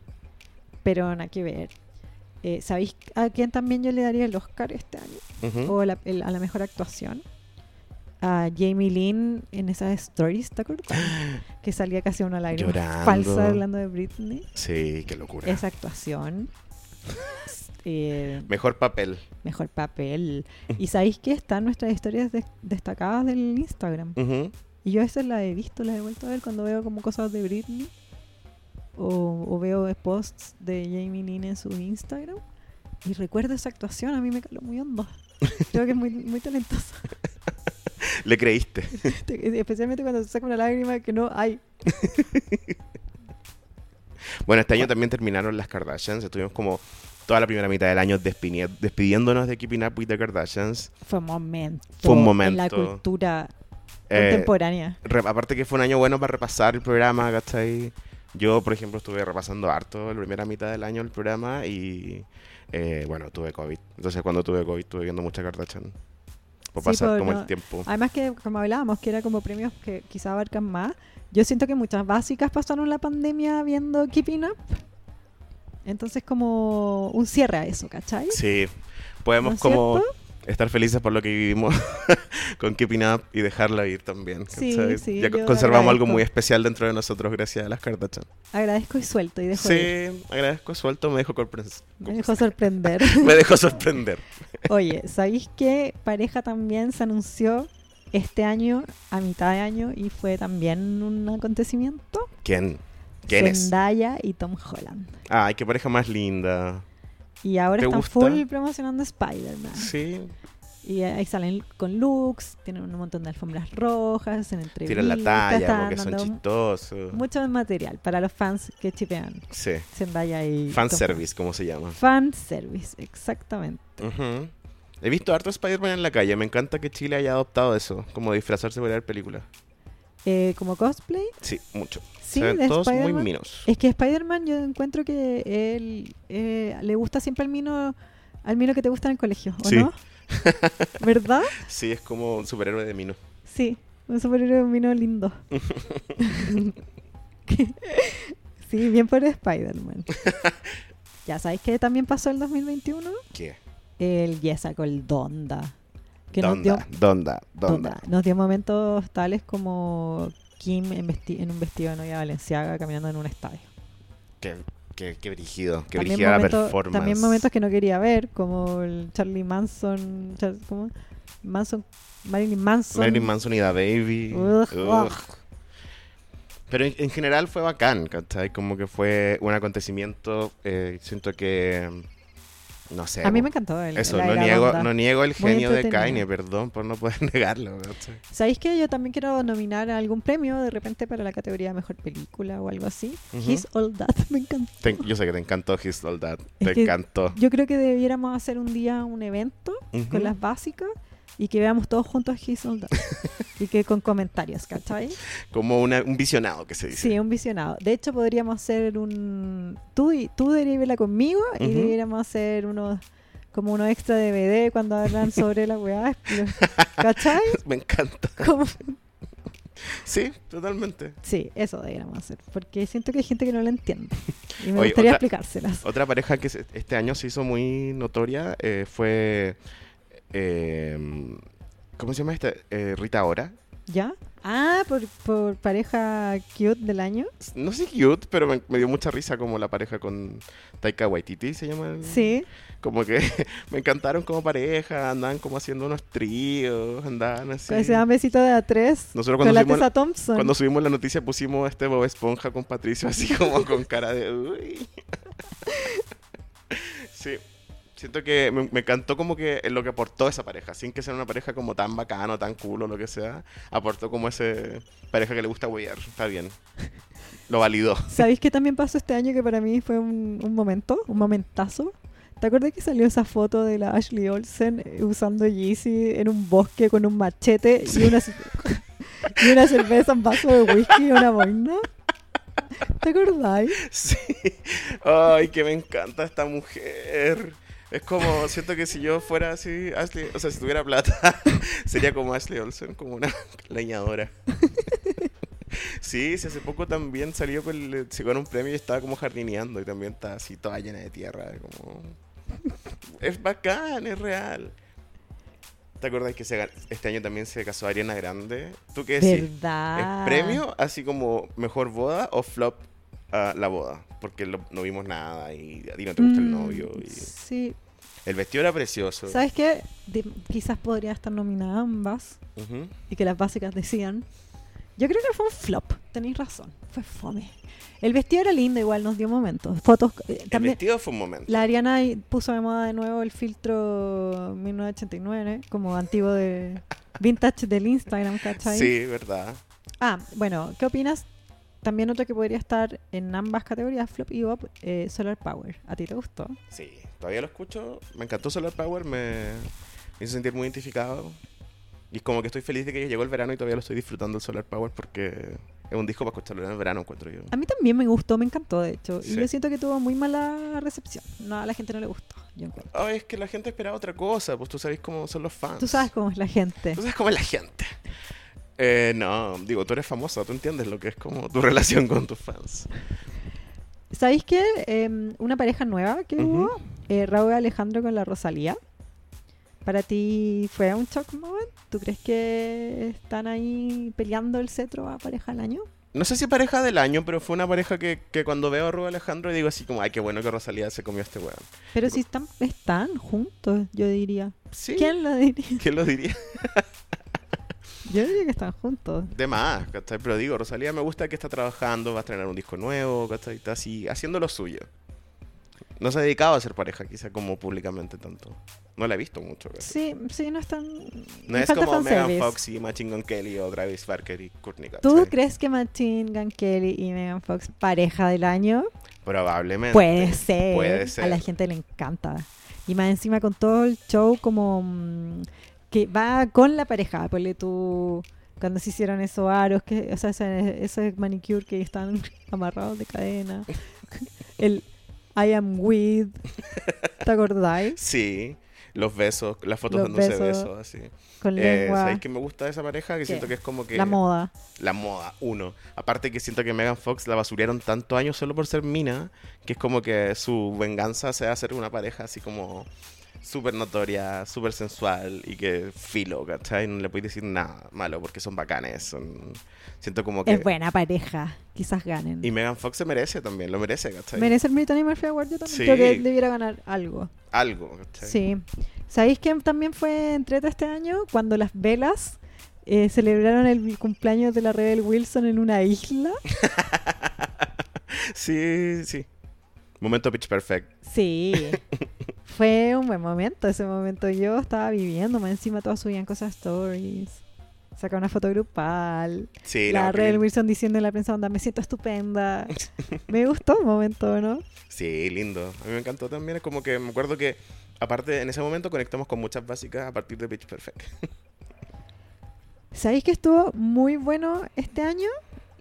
Pero nada que ver. Eh, ¿Sabéis a quién también yo le daría el Oscar este año?
Ujú.
O la- el- a la mejor actuación. A Jamie Lynn en esas stories,
[GASPS]
¿te acuerdas? Que salía casi una lágrima
Llorando.
falsa hablando de Britney.
Sí, qué locura.
Esa actuación. eh,
Mejor papel.
mejor papel.
[LAUGHS]
Y sabéis que están nuestras historias de- destacadas del Instagram.
Ujú.
Y yo esas las he visto, las he vuelto a ver cuando veo como cosas de Britney. O, o veo posts de Jamie Lynn en su Instagram. Y recuerdo esa actuación, a mí me caló muy
[LAUGHS]
hondo. Creo que es muy, muy talentosa.
Le creíste.
Especialmente cuando se saca una lágrima que no hay.
Bueno, este año también terminaron las Kardashians. Estuvimos como toda la primera mitad del año despinie- despidiéndonos de Keeping Up with the Kardashians.
Fue un momento.
Fue un
En la
momento.
cultura
Eh,
contemporánea.
re- aparte que fue un año bueno para repasar el programa, ¿cachai? Yo, por ejemplo, estuve repasando harto la primera mitad del año el programa y, eh, bueno, tuve COVID. Entonces, cuando tuve COVID, estuve viendo mucha Kardashian. Por
Sí,
pasar
por
como
no-
el tiempo.
Además que, como hablábamos, que era como premios que quizá abarcan más, yo siento que muchas básicas pasaron la pandemia viendo Keeping Up. Entonces como un cierre a eso, ¿cachai?
Sí,
¿No
podemos
es
como
cierto?
estar felices por lo que vivimos [LAUGHS] con Keeping Up y dejarla ir también.
Sí,
¿cachai?
sí,
ya
yo
conservamos algo
agradezco.
muy especial dentro de nosotros gracias a las Kardashian.
Agradezco y suelto y dejo ir.
Sí, agradezco, suelto, me dejó, corpres-
Me
[LAUGHS]
dejó sorprender.
me dejó sorprender.
Oye, ¿sabéis qué pareja también se anunció este año, a mitad de año, y fue también un acontecimiento?
¿Quién? ¿Quién es?
Zendaya y Tom Holland.
Ay, qué pareja más linda.
Y ahora
¿Te
están
gusta?
full promocionando Spider-Man.
Sí.
Y eh, ahí salen con looks, tienen un montón de alfombras rojas, en entrevistas.
Tiran la talla
están
porque son
dando
chistosos.
Mucho material para los fans que chipean
Sí.
Zendaya y...
Fanservice, como se llama.
Fan service, exactamente.
Ujú. He visto harto Spider-Man en la calle. Me encanta que Chile haya adoptado eso, como disfrazarse para ver películas.
Eh, como cosplay,
Sí, mucho.
sí,
se
de
ven todos muy
Spider-Man.
minos.
Es que Spider-Man yo encuentro que él eh, le gusta siempre al mino, al mino que te gusta en el colegio, ¿o
Sí. [LAUGHS]
no? ¿Verdad?
Sí, es como un superhéroe de mino.
Sí, un superhéroe un
[LAUGHS]
mino lindo. sí, bien por
[LAUGHS]
Spider-Man. ya sabéis que también pasó el 2021
¿Qué?
el ya sacó el Donda. Que nos dio
Donda, donda,
Donda.
donda.
Nos dio momentos tales como Kim en, vesti- en un vestido de novia valenciaga caminando en un estadio.
Qué, qué, qué brígido. Qué
también,
brígida la
momento-
performance.
también momentos que no quería ver, como el Charlie Manson, Char- ¿cómo? Manson, Marilyn Manson.
Marilyn Manson y Da Baby.
Ugh,
Ugh.
ugh.
Pero en, en general fue bacán, ¿cachai? Como que fue un acontecimiento, eh, siento que, no sé.
A mí me
bo-
encantó el
Eso,
la
no
era
niego,
Donda.
no niego el genio de
entretenido.
Kanye, perdón por no poder [LAUGHS] negarlo, ¿cachai?
¿Sabéis que yo también quiero nominar a algún premio de repente para la categoría Mejor Película o algo así?
Ujú.
He's All That, me encanta.
Te- yo sé que te encantó His All That,
Es
te
que-
encantó.
Yo creo que debiéramos hacer un día un evento
Ujú.
con las básicas y que veamos todos juntos He's
[LAUGHS]
All That. y que con comentarios, ¿cachai?
Como una- un visionado que se dice.
Sí, un visionado. De hecho, podríamos hacer un... Tú, y- tú deberías verla conmigo y
Ujú.
deberíamos hacer unos... Como unos extra DVD cuando hablan sobre la
[LAUGHS]
weá. pero- ¿Cachai?
Me encanta. [LAUGHS]
Como-
Sí, totalmente.
Sí, eso deberíamos hacer, porque siento que hay gente que no
[LAUGHS]
lo entiende. Y me
Oye, otra- [LAUGHS]
gustaría explicárselas.
Otra pareja que se- este año se hizo muy notoria eh, fue. eh, ¿Cómo se llama esta? Eh, Rita Ora.
¿Ya? Ah, por, por pareja cute del año.
No sé cute, pero me, me dio mucha risa como la pareja con Taika Waititi, se llama. el-
Sí.
Como que [LAUGHS] me encantaron como pareja, andaban como haciendo unos tríos, andaban así.
Se dan besito de a tres.
Nosotros
Con
cuando
la
subimos,
Tessa Thompson.
cuando subimos la noticia pusimos este Bob Esponja con Patricio así como con cara de... "Uy". [LAUGHS] sí, siento que me, me encantó como que lo que aportó esa pareja, sin que sea una pareja como tan bacano, tan cool o lo que sea, aportó como ese pareja que le gusta huear, está bien. Lo validó.
¿Sabéis qué también pasó este año que para mí fue un, un momento, un momentazo? ¿Te acuerdas que salió esa foto de la Ashley Olsen eh, usando Yeezy en un bosque con un machete y, una, ce- [LAUGHS] y una cerveza, un vaso de whisky y una boina? ¿Te acordáis?
[LAUGHS] Sí. Ay, que me encanta esta mujer. Es como, siento que si yo fuera así, Ashley, o sea, si tuviera plata, [LAUGHS] sería como Ashley Olsen, como una leñadora. [LAUGHS] Sí, sí, hace poco también salió con, el- se ganó un premio y estaba como jardineando y también estaba así toda llena de tierra, como... es bacán, es real. ¿Te acordás que se gan- este año también se casó Ariana Grande? ¿Tú qué decís?
¿Verdad?
¿Es premio así como mejor boda o flop a la boda? Porque lo- no vimos nada y a ti no te gusta el
Mm,
novio. y-
Sí.
El vestido era precioso.
¿Sabes qué? De- quizás podría estar nominada ambas
Ujú.
y que las básicas decían. Yo creo que fue un flop, tenéis razón, fue fome. El vestido era lindo, igual nos dio momentos. Fotos. eh,
El
también,
vestido fue un momento.
La Ariana ahí puso de moda de nuevo el filtro 1989, ¿eh? como antiguo de vintage del Instagram, ¿cachai?
Sí, verdad.
Ah, bueno, ¿qué opinas? También otro que podría estar en ambas categorías, flop y bop, eh, Solar Power. ¿A ti te gustó?
Sí, todavía lo escucho. Me encantó Solar Power, me, me hizo sentir muy identificado. Y como que estoy feliz de que ya llegó el verano y todavía lo estoy disfrutando el Solar Power porque es un disco para escucharlo en el verano, encuentro yo.
A mí también me gustó, me encantó, de hecho. Y
Sí.
yo siento que tuvo muy mala recepción. No, a la gente no le gustó, yo encuentro.
Ah, es que la gente esperaba otra cosa, pues tú sabes cómo son los fans.
Tú sabes cómo es la gente.
Tú sabes cómo es la gente. Eh, no, digo, tú eres famosa, tú entiendes lo que es como tu [LAUGHS] relación con tus fans.
¿Sabéis que em, una pareja nueva que
Ujú.
hubo, eh, Raúl Alejandro con la Rosalía, para ti fue un shock moment? ¿Tú crees que están ahí peleando el cetro a pareja del año?
No sé si pareja del año, pero fue una pareja que, que cuando veo a Rubén Alejandro digo así como, ay, qué bueno que Rosalía se comió a este weón.
Pero si están, están juntos, yo diría.
Sí,
¿Quién lo diría? [LAUGHS]
¿quién lo diría? [LAUGHS]
Yo diría que están juntos.
De más, ¿cachai? Pero digo, Rosalía me gusta que está trabajando, va a estrenar un disco nuevo, ¿cachai? Está así, haciendo lo suyo. No se ha dedicado a ser pareja, quizá como públicamente tanto. No la he visto mucho, ¿cachai?
Sí, sí, no están.
No
le
es
falta
como Megan
fanservice.
Fox y Machine Gun Kelly o Travis Barker y Courtney,
¿Tú
¿cachai?
crees que Machine Gun Kelly y Megan Fox pareja del año?
Probablemente.
Puede ser.
Puede ser.
A la gente le encanta. Y más encima con todo el show como mm, que va con la pareja. Ponle tú cuando se hicieron esos aros, que, o sea, ese, ese manicure que están [LAUGHS] amarrados
[LAUGHS]
de cadena. El I am with. ¿Te acordáis?
Sí, los besos, las fotos
Los
dándose
besos.
besos, así.
Con
Eh,
lengua.
¿Sabéis que me gusta de esa pareja? Que
¿Qué?
siento que es como que...
La moda.
la moda, uno. Aparte que siento que Megan Fox la basurearon tantos años solo por ser mina, que es como que su venganza sea hacer una pareja así como súper notoria, súper sensual y que filo, ¿cachai? No le puedes decir nada malo porque son bacanes. son- Siento como que...
Es buena pareja. Quizás ganen.
Y Megan Fox se merece también, lo merece, ¿cachai?
Merece el Brittany Murphy Award. Yo también
Sí.
creo que debiera ganar algo.
Algo, ¿cachai?
Sí. ¿Sabéis quién también fue entreta este año? Cuando las velas eh, celebraron el cumpleaños de la Rebel Wilson en una isla.
Sí, sí. Momento pitch perfect.
Sí. fue un buen momento ese momento. Yo estaba viviendo, más encima todos subían cosas stories. Sacaron una foto grupal.
Sí,
la
no, qué
Rebel
lindo.
Wilson diciendo en la prensa onda, me siento estupenda. me gustó el momento, ¿no?
Sí, lindo. A mí me encantó también. Es como que me acuerdo que, aparte, en ese momento conectamos con muchas básicas a partir de Pitch Perfect.
¿Sabéis que estuvo muy bueno este año?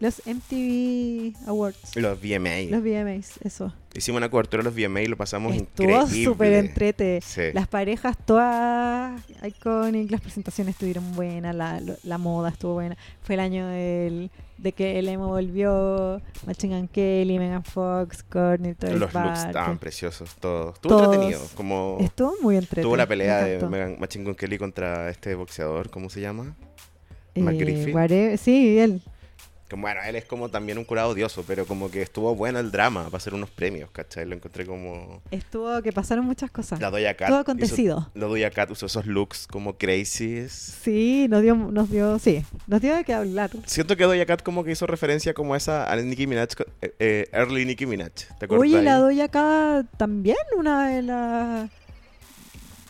Los MTV Awards.
Los VMA.
Los VMAs, eso.
Hicimos una cobertura de los VMA y lo pasamos
Estuvo
increíble.
súper entrete.
Sí.
Las parejas todas icónicas, las presentaciones estuvieron buenas, la, lo- la moda estuvo buena. Fue el año del, de que el emo volvió, Machine Gun Kelly, Megan Fox, Courtney, Travis
Los looks
Barker.
estaban preciosos, todos. Estuvo
Todos.
entretenido. Como
Estuvo muy entrete.
tuvo la pelea
me
de
encantó.
Megan Machine Gun Kelly contra este boxeador, ¿cómo se llama?
Eh,
McGriffin.
whatever- Sí, él.
Que, bueno, él es como también un curado odioso, pero como que estuvo bueno el drama para hacer unos premios, ¿cachai? Lo encontré como.
Estuvo que pasaron muchas cosas.
La Doya Cat.
Todo
hizo-
acontecido.
La Doja Cat usó esos looks como crazies.
Sí, nos dio, nos dio, sí, nos dio de qué hablar.
Siento que Doja Cat como que hizo referencia como a esa a Nicki Minaj, co- eh, eh, early Nicki Minaj, ¿te acuerdas?
Oye, la doy acá también, una de las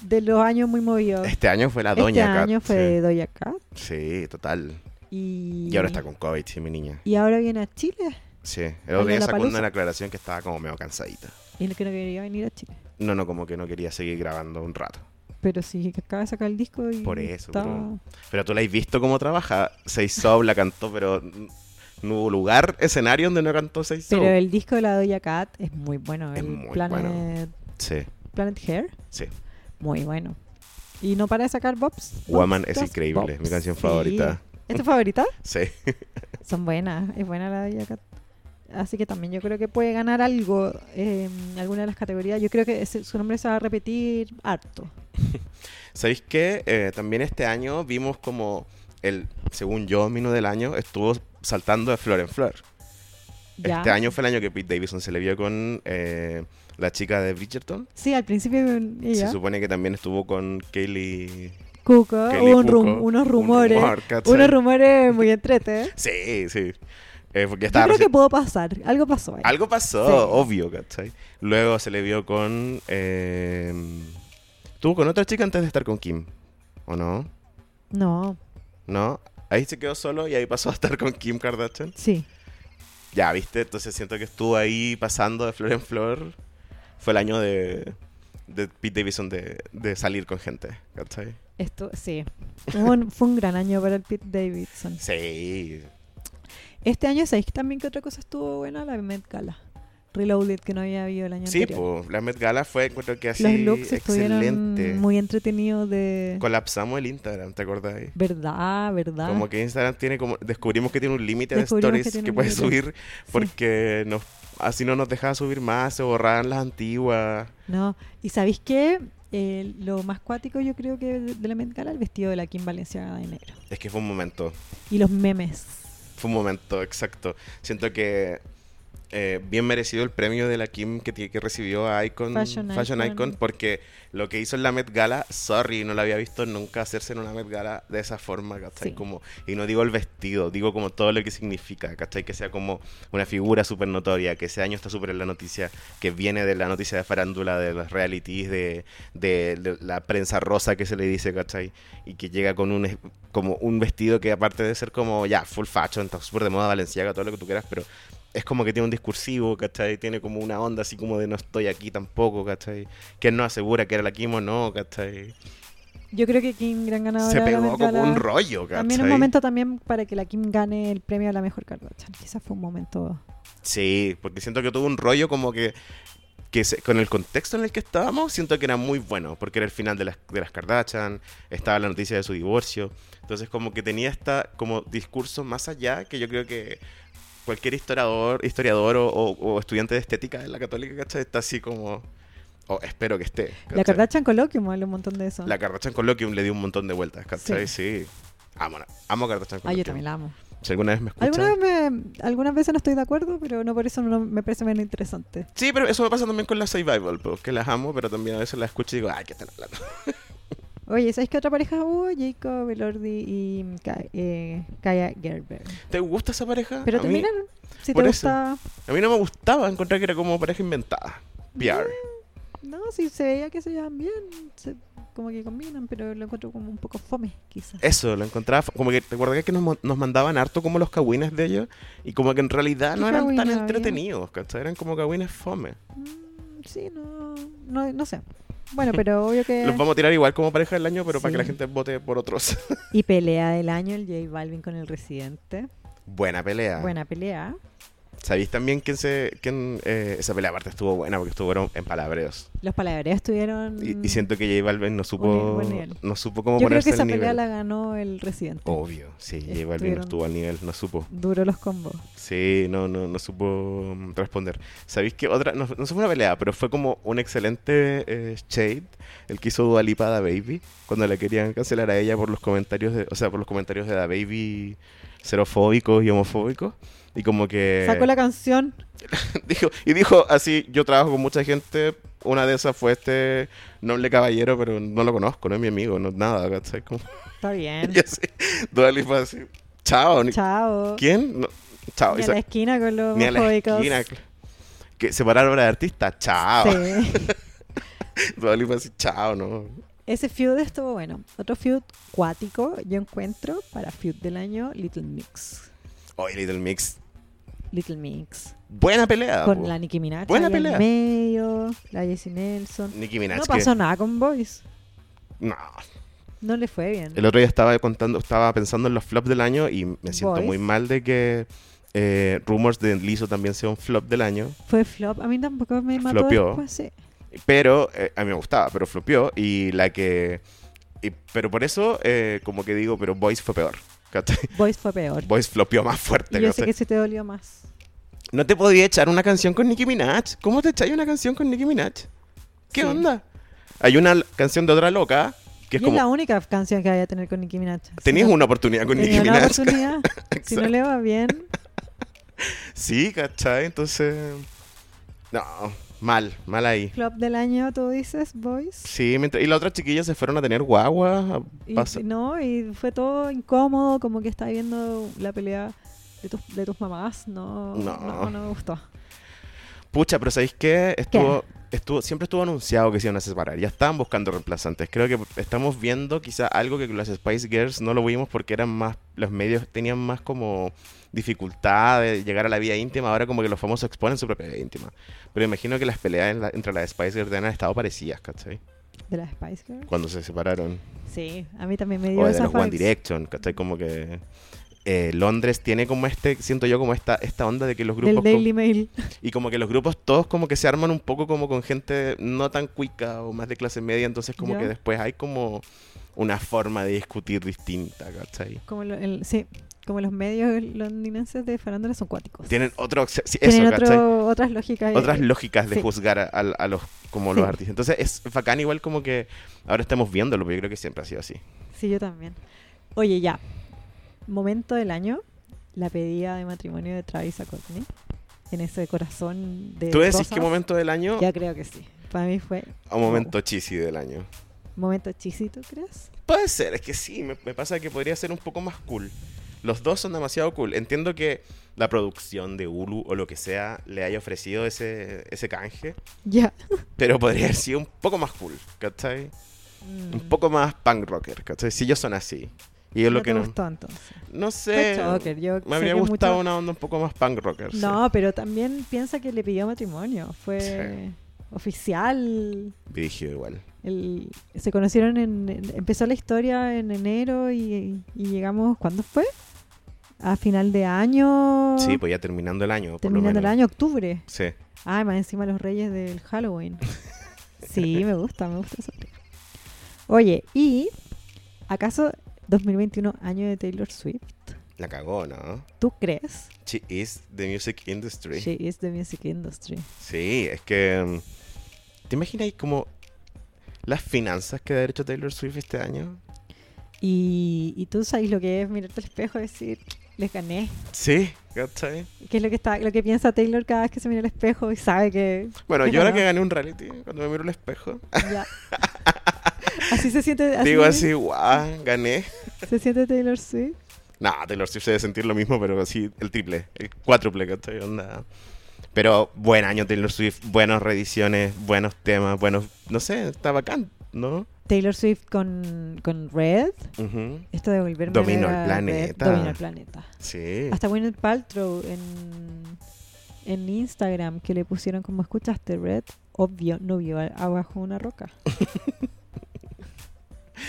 de los años muy movidos.
Este año fue la Doña
este
Cat.
año fue
sí.
Doja Cat
sí. total.
y...
Y ahora está con COVID, sí, mi niña.
y ahora viene a Chile.
Sí, el otro día sacó
Lollapalooza.
una declaración que estaba como medio cansadita.
Y él que no quería venir a Chile.
No, no, como que no quería seguir grabando un rato.
Pero sí, que acaba de sacar el disco y...
Por eso,
está-
pero- Pero tú la has visto cómo trabaja. Seis Sob la cantó, pero n- no hubo lugar, escenario donde no cantó Seis Sob.
Pero el disco de la Doja Cat es muy bueno.
Es
el
muy
Planet,
bueno. Sí,
Planet Hair,
sí.
muy bueno. Y no para de sacar bops. bops,
Woman es
bops,
increíble, mi
bops.
canción
Sí.
favorita.
¿Es tu favorita?
Sí.
Son buenas, es buena la Doja Cat. Así que también yo creo que puede ganar algo eh, en alguna de las categorías. Yo creo que ese- su nombre se va a repetir harto.
¿Sabéis qué? Eh, también este año vimos como el, según yo, mino del año, estuvo saltando de flor en flor.
Ya.
Este año fue el año que Pete Davidson se le vio con eh, la chica de Bridgerton.
Sí, al principio mm, ella,
Se supone que también estuvo con Kaylee.
Cuco,
Kelly
hubo un rum-
Cuoco,
unos
un
rumores,
rumor, ¿cachai?
unos rumores muy entrete. ¿eh?
Sí, sí. Eh, porque
Yo
estaba
creo que
recién-
pudo pasar, algo pasó. ahí.
Algo pasó,
Sí.
obvio, ¿cachai? Luego se le vio con. eh, Estuvo con otra chica antes de estar con Kim. ¿O no?
No,
¿No? Ahí se quedó solo y ahí pasó a estar con Kim Kardashian.
sí.
Ya, ¿viste? Entonces siento que estuvo ahí pasando de flor en flor. Fue el año de, de Pete Davidson de, de salir con gente, ¿cachai?
Esto, sí. Fue un, [LAUGHS] fue un gran año para el Pete Davidson.
Sí.
Este año, ¿sabéis también que otra cosa estuvo buena? La Met Gala. Reloaded, que no había habido el año
Sí,
anterior.
pues la Met Gala fue, encuentro que así,
Los looks estuvieron
excelente.
muy entretenidos de...
Colapsamos el Instagram, ¿te acordás? ahí?
¿Verdad? ¿Verdad?
Como que Instagram tiene como. Descubrimos que tiene un límite de
Ah. Descubrimos que
stories que,
tiene un
puedes
límite.
subir porque nos, así no nos dejaba subir más, se borraban las antiguas.
No, y ¿sabéis qué? Eh, lo más cuático yo creo que de de la Met Gala, el vestido de la Kim Valenciaga de negro.
Es que fue un momento,
Y los memes.
fue un momento, exacto. Siento que eh, bien merecido el premio de la Kim que, ti- que recibió a Icon,
Fashion
Fashion,
Icon.
Icon. porque lo que hizo en la Met Gala, sorry, no la había visto nunca hacerse en una Met Gala de esa forma, ¿cachai?
Sí.
Como, y no digo el vestido, digo como todo lo que significa, ¿cachai? Que sea como una figura súper notoria, que ese año está súper en la noticia, que viene de la noticia de farándula, de los realities, de, de- de la prensa rosa que se le dice, ¿cachai? Y que llega con un, es- como un vestido que aparte de ser como, ya, full fashion, está súper de moda valenciaga, todo lo que tú quieras, pero es como que tiene un discursivo, ¿cachai? Tiene como una onda así como de no estoy aquí tampoco, ¿cachai? Que él no asegura que era la Kim o no, ¿cachai?
Yo creo que Kim, gran ganadora
Se
de la
pegó
Met
como
Gala.
un rollo, ¿cachai?
También un momento también para que la Kim gane el premio a la mejor Kardashian. Quizás fue un momento...
Sí, porque siento que tuvo un rollo como que, que se- con el contexto en el que estábamos, siento que era muy bueno, porque era el final de las, de las Kardashian, estaba la noticia de su divorcio, entonces como que tenía esta como discurso más allá que yo creo que cualquier historiador, historiador o, o- o estudiante de estética de la católica, ¿cachai? Está así como, o espero que esté.
La
¿cachai?
Kardashian Colloquium, vale un montón de eso.
La Kardashian Colloquium le dio un montón de vueltas, ¿cachai? Sí. Amo, amo Kardashian
Ah,
Colloquium.
yo también la amo.
Si alguna vez me escuchan.
Algunas, me- algunas veces no estoy de acuerdo, pero no por eso no me parece menos interesante.
Sí, pero eso me pasa también con las Survival, po, que las amo, pero también a veces las escucho y digo, ay, ¿qué están hablando? [LAUGHS]
Oye, ¿sabes qué otra pareja hubo? Jacob Elordi y mm, Ka- eh, Kaya Gerber.
¿Te gusta esa pareja?
Pero
a mí,
terminaron. Si
Ah, por
te
eso.
gusta.
a mí no me gustaba, encontré que era como pareja inventada. PR.
Mm. No, si se veía que se llevan bien. se- como que combinan, pero lo encuentro como un poco fome, quizás.
Eso, lo encontraba, como que te acordás que nos, mon- nos mandaban harto como los cagüines de ellos y como que en realidad no
¿Qué
eran
cagüines
tan
había?
entretenidos, ¿cachai? Eran como cagüines fome.
Mm, sí, no, no. no sé. Bueno,
[LAUGHS]
pero obvio que.
Los vamos a tirar igual como pareja del año, pero para que la
Eh. Sí.
gente vote por otros. [LAUGHS]
Y pelea del año, el J Balvin con el residente.
Buena pelea.
Buena pelea.
¿Sabéis también quién se. Quién, eh, esa pelea aparte estuvo buena porque estuvieron en palabreos.
Los palabreos estuvieron.
Y, y siento que J Balvin no supo,
Mm. buen nivel.
no supo cómo
Yo creo
ponerse
que esa
al nivel.
pelea la ganó el residente.
Obvio, sí, J Balvin no
Estuvieron-
estuvo al nivel, no supo.
Duro los combos.
Sí, no, no, no supo mm, responder. ¿Sabéis que otra? No, no fue una pelea, pero fue como un excelente eh, shade el que hizo Dualipa Da Baby cuando la querían cancelar a ella por los comentarios de, o sea, por los comentarios de Da Baby xerofóbicos y homofóbicos. Y como que
Sacó la canción.
dijo, y dijo así, yo trabajo con mucha gente, una de esas fue este noble caballero, pero no lo conozco, no es mi amigo, no es nada, ¿cachai? Como, [LAUGHS]
Está bien.
y así, Dua Lipa así, chao, ni-
Chao.
¿Quién? No, chao. Y
Ni a
sa-
la esquina con los
Ah, ni a la
homofóbicos.
esquina. Que separar obra de artista, chao.
Sí.
[LAUGHS]
[LAUGHS]
Dua Lipa así, chao, ¿no?
Ese feud estuvo bueno. Otro feud cuático yo encuentro para feud del año, Little Mix.
Oye, Little Mix,
Little Mix.
buena pelea.
con
po.
la Nicki Minaj
Ah, Buena
ahí al
pelea.
medio, la Jessie Nelson.
Nicki Minaj.
no
que-
pasó nada con Boys.
no.
No le fue bien.
El otro día estaba contando, estaba pensando en los flops del año y me siento
Boys.
muy mal de que eh, Rumors de Lizzo también sea un flop del año.
Fue flop. A mí tampoco me mató
Flopeó.
después. sí.
Pero eh, a mí me gustaba, pero flopeó. Y la que. y- pero por eso, eh, como que digo, pero Boys fue peor. ¿cachai? [LAUGHS]
Boys fue peor.
Boys flopeó más
Y
fuerte.
yo sé
¿cachai?
que sí te dolió más.
No te podía echar una canción con Nicki Minaj. ¿Cómo te echáis una canción con Nicki Minaj? ¿Qué
Sí.
onda? Hay una l- canción de otra loca que
Y
es
es
[LAUGHS]
la
como.
única canción que vaya a tener con Nicki Minaj.
Tenías
Si no-
una oportunidad con Nicki
tenía una
Minaj. [LAUGHS]
oportunidad. si no le va bien,
Sí, ¿cachai? Entonces. No, mal, mal ahí.
club del año, tú dices, boys.
Sí, mientras... y las otras chiquillas se fueron a tener guagua. a
Y,
pasa-
no, y fue todo incómodo, como que estás viendo la pelea de tus, de tus mamás. No,
No.
no. no me gustó.
Pucha, pero ¿sabéis qué? Estuvo, estuvo, siempre estuvo anunciado que se iban a separar. Ya estaban buscando reemplazantes. Creo que estamos viendo quizá algo que las Spice Girls no lo vimos porque eran más, los medios tenían más como dificultad de llegar a la vida íntima. Ahora como que los famosos exponen su propia vida íntima. Pero imagino que las peleas en la- entre las Spice Girls han estado parecidas, ¿cachai?
De las Spice Girls.
Cuando se separaron.
Sí, a mí también me dio
O de
esa
los One
vibes.
Direction, ¿cachai? Como que... eh, Londres tiene como este, siento yo como esta, esta onda de que los grupos...
Del
como-
Daily Mail.
y como que los grupos todos como que se arman un poco como con gente no tan cuica o más de clase media, entonces como
Ya.
que después hay como una forma de discutir distinta, ¿cachai?
Como lo- el- sí, como los medios londinenses de farándula son cuáticos.
Tienen otro, acce- sí, eso,
Tienen otro-
¿cachai?
otras lógicas. eh,
Otras lógicas de
sí.
juzgar a, a- a los como
Sí.
los artistas. Entonces es bacán igual como que ahora estamos viéndolo, pero yo creo que siempre ha sido así.
Sí, yo también. Oye, ya. Momento del año. La pedida de matrimonio de Travis a Courtney. En ese corazón de.
¿Tú decís
rosas.
qué momento del año
Ya creo Eh, que sí. Para mí fue.
o momento chisi del año?
Momento chisi, ¿tú crees? [LAUGHS]
Puede ser, es que sí, me, me pasa que podría ser un poco más cool. Los dos son demasiado cool. Entiendo que la producción de Hulu o lo que sea le haya ofrecido ese, ese canje,
Ya.
pero podría haber sido un poco más cool, ¿cachai? Un poco más punk rocker, ¿cachai? Si ellos son así. Y es
Mm. no
lo que
te
no.
gustó entonces.
No sé.
Fue choker, yo sé
me habría
que
gustado
mucho-
una onda un poco más punk rocker. sí.
No, pero también piensa que le pidió matrimonio. Fue oficial.
Brígido igual.
El- se conocieron en, en- Empezó la historia en enero y, y llegamos. ¿Cuándo fue? A final de año.
Sí, pues ya terminando el año. por lo
Terminando el
menos.
año, octubre.
Sí.
Ah, más encima los reyes del Halloween. Sí, me gusta, me gusta esa película. Oye, ¿y acaso 2021 año de Taylor Swift?
La cagó, ¿no?
¿Tú crees?
She is the music industry.
She is the music industry.
Sí, es que. mm, ¿Te imaginas ahí como las finanzas que ha hecho Taylor Swift este año?
Y, y tú sabes lo que es mirarte al espejo y decir, les gané.
Sí, ¿cachai?
¿Qué es lo que, está, lo que piensa Taylor cada vez que se mira al espejo y sabe que...
Bueno, [LAUGHS]
les
yo ahora
ganó?
que gané un reality, cuando me miro al espejo,
Ya. Así se siente... Así
digo así, guau, gané.
Se siente Taylor Swift.
No, Taylor Swift se debe sentir lo mismo, pero así el triple, el cuádruple, ¿cachai? Onda. Pero buen año Taylor Swift, buenas reediciones, buenos temas, buenos. No sé, está bacán, ¿no?
Taylor Swift con, con Red.
Ujú,
Esto de volverme
Dominó
a
el
ver a
planeta.
Dominó el planeta.
Sí.
Hasta Gwyneth Paltrow en, en Instagram que le pusieron como escuchaste Red, obvio, no vio a- abajo
[LAUGHS]
una roca.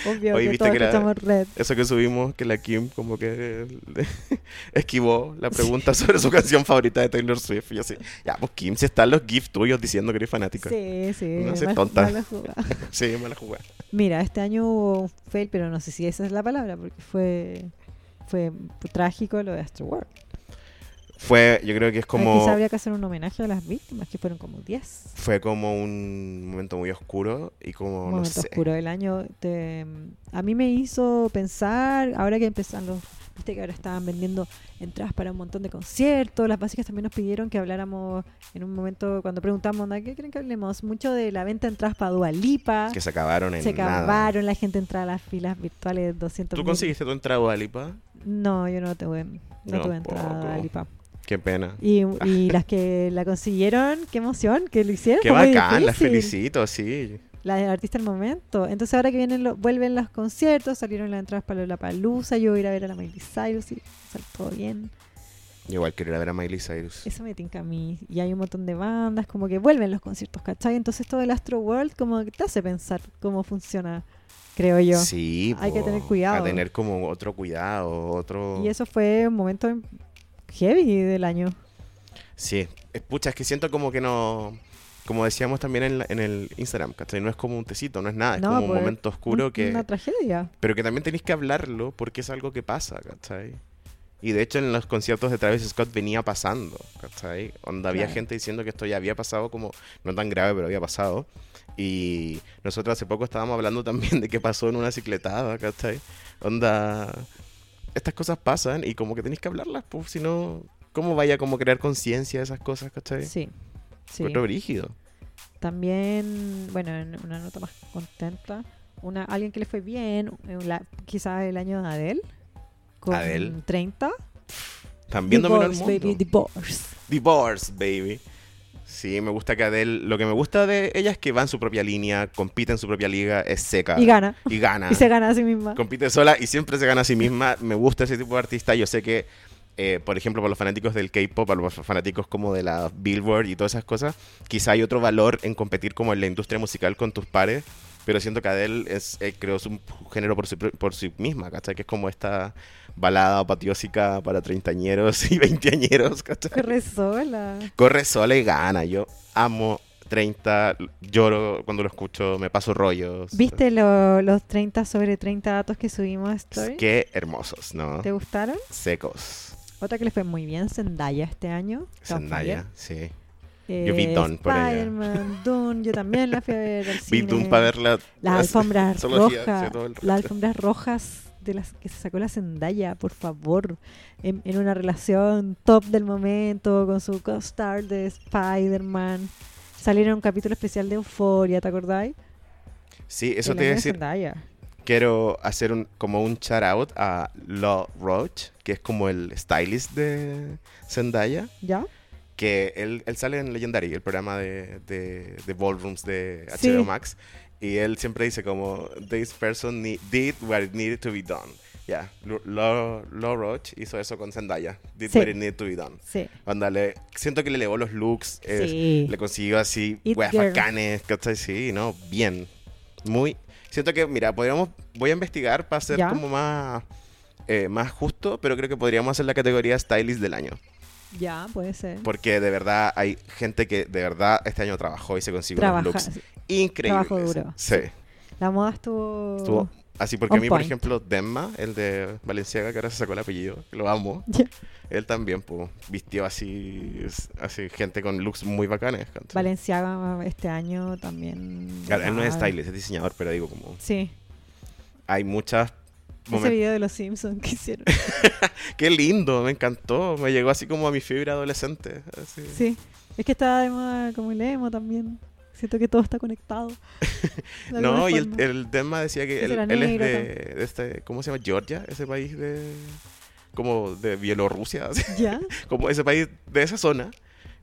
obvio
Oye,
que
¿viste
todos
que la-
escuchamos Red.
Eso que subimos, que la Kim como que [LAUGHS] eh, esquivó la pregunta sobre su canción favorita de Taylor Swift. Y yo así, ya, pues Kim, si están los GIFs tuyos diciendo que eres fanática. Sí,
Sí, sí.
No seas
mal-
tonta.
mala jugada.
mala jugada.
Mira, este año hubo un fail, pero no sé si esa es la palabra, porque fue fue trágico lo de Astro World.
Fue, yo creo que es
Como...
como...
habría que hacer un homenaje a las víctimas, que fueron como 10.
Fue como un momento muy oscuro y como, no
momento
sé.
oscuro del año. te- a mí me hizo pensar, ahora que empezaron los- Viste que ahora estaban vendiendo entradas para un montón de conciertos. Las básicas también nos pidieron que habláramos en un momento cuando preguntamos, ¿de qué creen que hablemos? Mucho de la venta de entradas para Dualipa.
Que se acabaron en
Ah, Se
nada.
acabaron, la gente entra a las filas virtuales de 200
¿Tú
mil.
conseguiste tu entrada, Dua Lipa?
No, yo no tuve, no
Yo
tuve
tampoco.
entrada a
[LAUGHS]
Dualipa.
Qué pena.
Y, y las que la consiguieron, qué emoción, que lo hicieron.
Qué
fue muy
bacán, las
difícil.
felicito, sí.
la del artista del momento. Entonces ahora que vienen lo- vuelven los conciertos, salieron las entradas para la palusa, yo voy a ir a ver a la Miley Cyrus y sal- todo bien.
Igual quiero ir a ver a Miley Cyrus.
Eso me tinca a mí. Y hay un montón de bandas, como que vuelven los conciertos, ¿cachai? Entonces todo el Astro World como que te hace pensar cómo funciona, creo yo.
Sí,
Hay que
po,
tener cuidado.
A tener como otro cuidado, otro...
Y eso fue un momento heavy del año.
Sí, es pucha, es que siento como que no. Como decíamos también en, la- en el Instagram, ¿cachai? No es como un tecito, no es nada, Ah, es
No,
como un
pues,
momento oscuro
Un-
que.
Una tragedia.
Pero que también tenéis que hablarlo porque es algo que pasa, ¿cachai? Y de hecho en los conciertos de Travis Scott venía pasando, ¿cachai? Onda había
Claro.
gente diciendo que esto ya había pasado como, no tan grave, pero había pasado. Y nosotros hace poco estábamos hablando también de qué pasó en una cicletada, ¿cachai? Onda, estas cosas pasan y como que tenéis que hablarlas, pues si no, ¿cómo vaya como a crear conciencia de esas cosas, ¿cachai?
Sí. sí.
Encuentro brígido.
También, bueno, en una nota más contenta, una, alguien que le fue bien, en la- quizás el año de Adele, con
Adele.
30.
También dominó el
Divorce,
mundo.
baby, divorce.
Divorce, baby. Sí, me gusta que Adele. Lo que me gusta de ella es que va en su propia línea, compite en su propia liga, es seca.
Y gana.
Y gana.
Y se gana a sí misma.
Compite sola y siempre se gana a sí misma. Me gusta ese tipo de artista. Yo sé que, eh, por ejemplo, para los fanáticos del K-pop, para los fanáticos como de la Billboard y todas esas cosas, quizá hay otro valor en competir como en la industria musical con tus pares. Pero siento que Adele es, eh, creó su género por sí, pro- por sí misma, ¿cachai? Que es como esta balada patiósica para treintañeros [LAUGHS] y veinteañeros, ¿cachai?
Corre sola.
Corre sola y gana. Yo amo 30, lloro cuando lo escucho, me paso rollos.
¿Viste lo- los 30 sobre 30 datos que subimos a Story?
Qué hermosos, ¿no?
¿Te gustaron?
Secos.
Otra que le fue muy bien, Zendaya este año. Tom
Zendaya,
Fire.
sí.
Eh,
Yo vi Dune por ella.
Spider-Man, Dune, yo también la fui a ver al
Vi
cine.
Doom para verla.
Las
[LAUGHS]
alfombras
Solo hacía- hacía
rojas.
todo el
Las
rato.
alfombras rojas de las que se sacó la Zendaya, por favor. En, en una relación top del momento con su co-star de Spider-Man. Salieron un capítulo especial de Euforia, ¿te acordáis?
Sí, eso
El
te iba a
año de
decir.
Zendaya.
Quiero hacer un, como un shout out a Lo Roach, que es como el stylist de Zendaya.
¿Ya?
que él, él sale en Legendary, el programa de, de, de ballrooms de HBO
Sí.
Max, y él siempre dice como, this person ne- did what it needed to be done. Ya, Lo- Lo Lo Roach hizo eso con Zendaya, did
Sí.
what it needed to be done.
Sí.
Ándale, siento que le elevó los looks, eh,
Sí.
le consiguió así
It
weas
girl.
bacanes, ¿cachai? Sí, no, bien. Muy. Siento que, mira, podríamos. Voy a investigar para ser
Ya.
como más. eh, más justo, pero creo que podríamos hacer la categoría Stylist del año.
Ya, puede ser.
Porque de verdad hay gente que de verdad este año trabajó y se consiguió
Trabaja.
unos looks increíbles.
Trabajo duro.
Sí.
La moda estuvo. [LAUGHS]
Estuvo así porque
On
a mí, por
point.
ejemplo, Demma, el de Valenciaga, que ahora se sacó el apellido, que lo amo,
Ya.
él también pues, vistió así, así gente con looks muy bacanes. ¿cachai?
Valenciaga este año también.
Claro, él no es
Ah,
stylist, es diseñador, pero digo como
Sí.
hay muchas
Ese
momentos.
video de los Simpsons que hicieron.
Qué lindo, me encantó, me llegó así como a mi fibra adolescente. así.
Sí, es que está de moda como el emo también. Siento que todo está
[LAUGHS]
conectado. De
No,
alguna
y el,
forma.
el tema decía que
Ese
él,
era
él es
negro,
de, de este, ¿cómo se llama? Georgia, ese país de, como de Bielorrusia, [LAUGHS] así,
¿Ya?
como ese país de esa zona.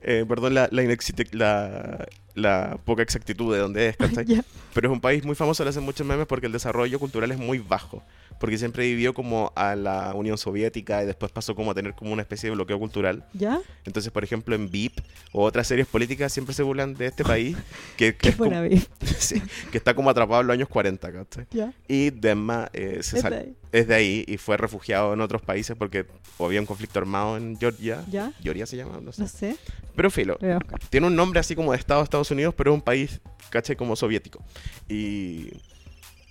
Eh, perdón la, la, inexite- la, la poca exactitud de dónde
[LAUGHS]
es, ¿cachai?
ya.
Pero es un país muy famoso, le hacen muchos memes porque el desarrollo cultural es muy bajo. Porque siempre vivió como a la Unión Soviética y después pasó como a tener como una especie de bloqueo cultural.
¿Ya?
Entonces, por ejemplo, en VIP o otras series políticas siempre se burlan de este país que, que
Qué
es como-
buena vez.
[LAUGHS] Sí, que está como atrapado en los años 40, ¿cachai?
¿Ya?
Y Demma eh, se
Es
sal-
de ahí.
es de ahí y fue refugiado en otros países porque o había un conflicto armado en Georgia.
¿Ya?
Georgia se llama, no sé.
No sé.
Pero filo,
Lo voy a buscar.
tiene un nombre así como de Estado de Estados Unidos, pero es un país, ¿cachai? Como soviético. Y,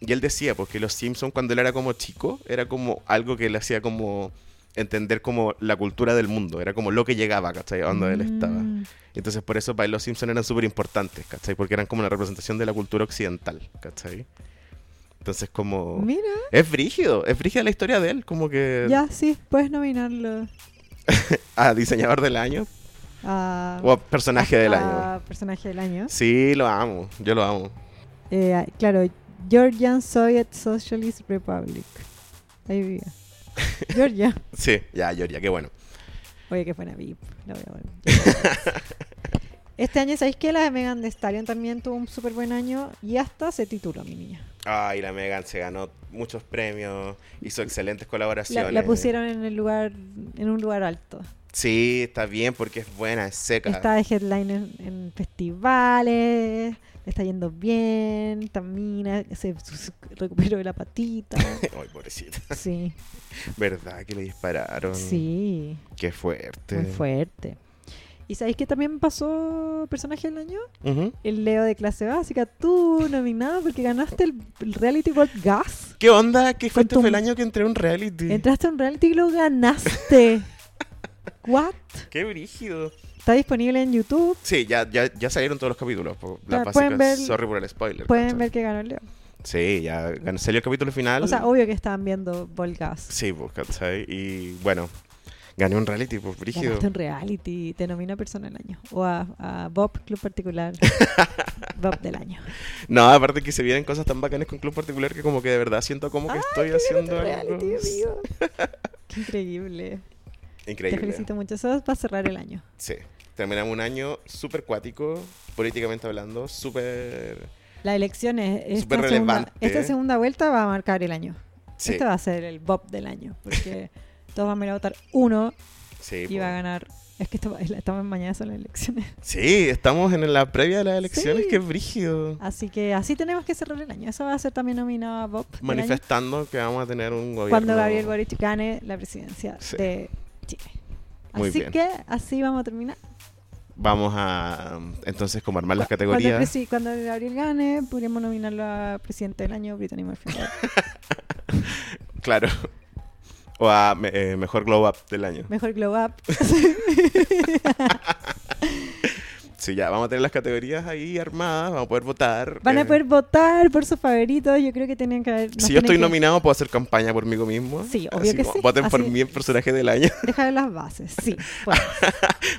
y él decía, porque los Simpsons cuando él era como chico, era como algo que le hacía como entender como la cultura del mundo, era como lo que llegaba, ¿cachai? A donde él estaba.
Mm,
Entonces, por eso para él los Simpsons eran súper importantes, ¿cachai? Porque eran como una representación de la cultura occidental, ¿cachai? Entonces, como.
Mira,
Es brígido, es brígida la historia de él, como que.
ya sí, puedes nominarlo
A diseñador del año
a.
o a personaje del
a-
año.
a Personaje del año.
Sí, lo amo, yo lo amo.
Eh, a- claro, Georgian Soviet Socialist Republic. Ahí vivía.
[LAUGHS]
Georgia.
Sí, ya, Georgia, qué bueno.
Oye, que buena VIP. La voy a ver. Este año, ¿sabéis que la de Megan Thee Stallion también tuvo un súper buen año? Y hasta se tituló, mi niña.
Ay, la Megan se ganó muchos premios, hizo excelentes
La,
colaboraciones.
la pusieron en el lugar, en un lugar alto.
Sí, está bien porque es buena, es seca.
Está de headline en, en festivales, le está yendo bien, tamina, se su- su- recuperó de la patita.
[LAUGHS] Ay, pobrecita. [LAUGHS]
Sí,
¿Verdad que le dispararon?
sí,
Qué fuerte.
muy fuerte. ¿Y sabéis que también pasó personaje del año?
Ujú.
El Leo de clase básica, tú nominado porque ganaste el, el Reality World Gas.
¿Qué onda? ¿Qué fue este
Cuantum-
fue el año que entré a un reality?
Entraste a un reality y lo ganaste. ¿What?
¡Qué brígido!
Está disponible en YouTube.
Sí, ya, ya, ya salieron todos los capítulos. po. Las
Ya,
básicas,
pueden ver-
sorry por el spoiler.
Pueden
¿cachai?
ver que ganó el Leo.
Sí, ya gan- salió el capítulo final.
O sea, obvio que estaban viendo Volgas.
sí, pues, ¿cachai? Y bueno, gané un reality, pues, brígido.
Ganaste un reality, te nomina persona del año. O a, a Bob Club Particular. Bob del año.
No, aparte que se vienen cosas tan bacanas con Club Particular que como que de verdad siento como que estoy haciendo algo.
este reality, amigo. Qué increíble. Te
Increíble.
felicito mucho. Eso va a cerrar el año.
Sí. Terminamos un año súper cuático, políticamente hablando, súper...
Las elecciones. Esta,
Súper
segunda,
relevante.
esta segunda vuelta va a marcar el año.
Sí,
Este va a ser el Bob del año.
[LAUGHS]
Porque todos van a ir a votar uno
sí,
y va a
po.
ganar. Es que esto, estamos mañana son las
[LAUGHS]
elecciones.
Sí, estamos en la previa de las elecciones,
Sí. Ah,
que qué brígido.
Así que así tenemos que cerrar el año. Eso va a ser también nominado a Bob. del este año,
Manifestando que vamos a tener un gobierno...
Cuando Gabriel Boric gane la presidencia
Sí.
de Chile.
Muy
así
bien.
que así vamos a terminar.
Vamos a, entonces, como armar las
Cu-
categorías.
Cuando, presi- cuando Gabriel gane, podríamos nominarlo a presidente del año,
[LAUGHS]
Brittany Murphy.
Claro. O a me- eh, mejor glow up del año.
Mejor Glow
[LAUGHS]
Up.
Sí, ya vamos a tener las categorías ahí armadas, vamos a poder votar.
[LAUGHS] Van a
eh,
poder votar por sus favoritos. Yo creo que tenían que haber. nos
Si yo estoy
tienen que-
nominado, puedo hacer campaña por mí mismo.
Sí, obvio
Así
que
como,
sí.
Voten por
Así-
mí en personaje del año. [LAUGHS]
Dejar las bases, sí. pues.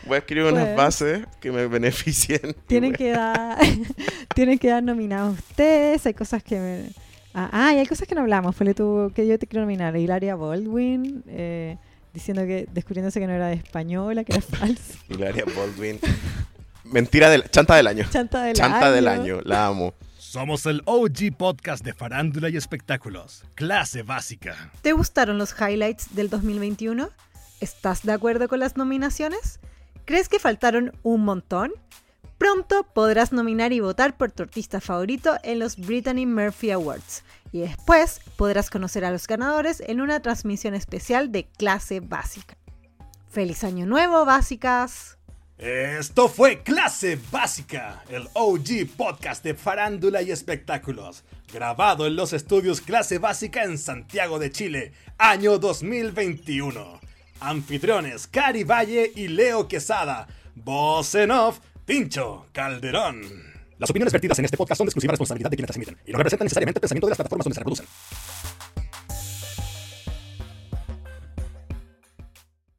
Voy a escribir unas
Pues-
bases que me beneficien.
tienen que dar [LAUGHS] tienen que dar nominados ustedes hay cosas que me- ah, ah, y hay cosas que no hablamos fue que yo te quiero nominar Hilaria Baldwin eh, diciendo que descubriéndose que no era española que era [LAUGHS] falsa
[LAUGHS] Hilaria Baldwin. Mentira del... Chanta del año.
chanta del
Chanta
año
del año. La amo.
Somos el OG podcast de farándula y espectáculos. Clase básica.
¿Te gustaron los highlights del 2021? ¿Estás de acuerdo con las nominaciones? ¿Crees que faltaron un montón? Pronto podrás nominar y votar por tu artista favorito en los Brittany Murphy Awards. Y después podrás conocer a los ganadores en una transmisión especial de clase básica. ¡Feliz Año Nuevo, básicas!
Esto fue Clase Básica, el OG podcast de farándula y espectáculos, grabado en los estudios Clase Básica en Santiago de Chile, año 2021. Anfitriones Cari Valle y Leo Quesada. Voz en off, Pincho Calderón. Las opiniones vertidas en este podcast son de exclusiva responsabilidad de quienes las emiten y no representan necesariamente el pensamiento de las plataformas donde se reproducen.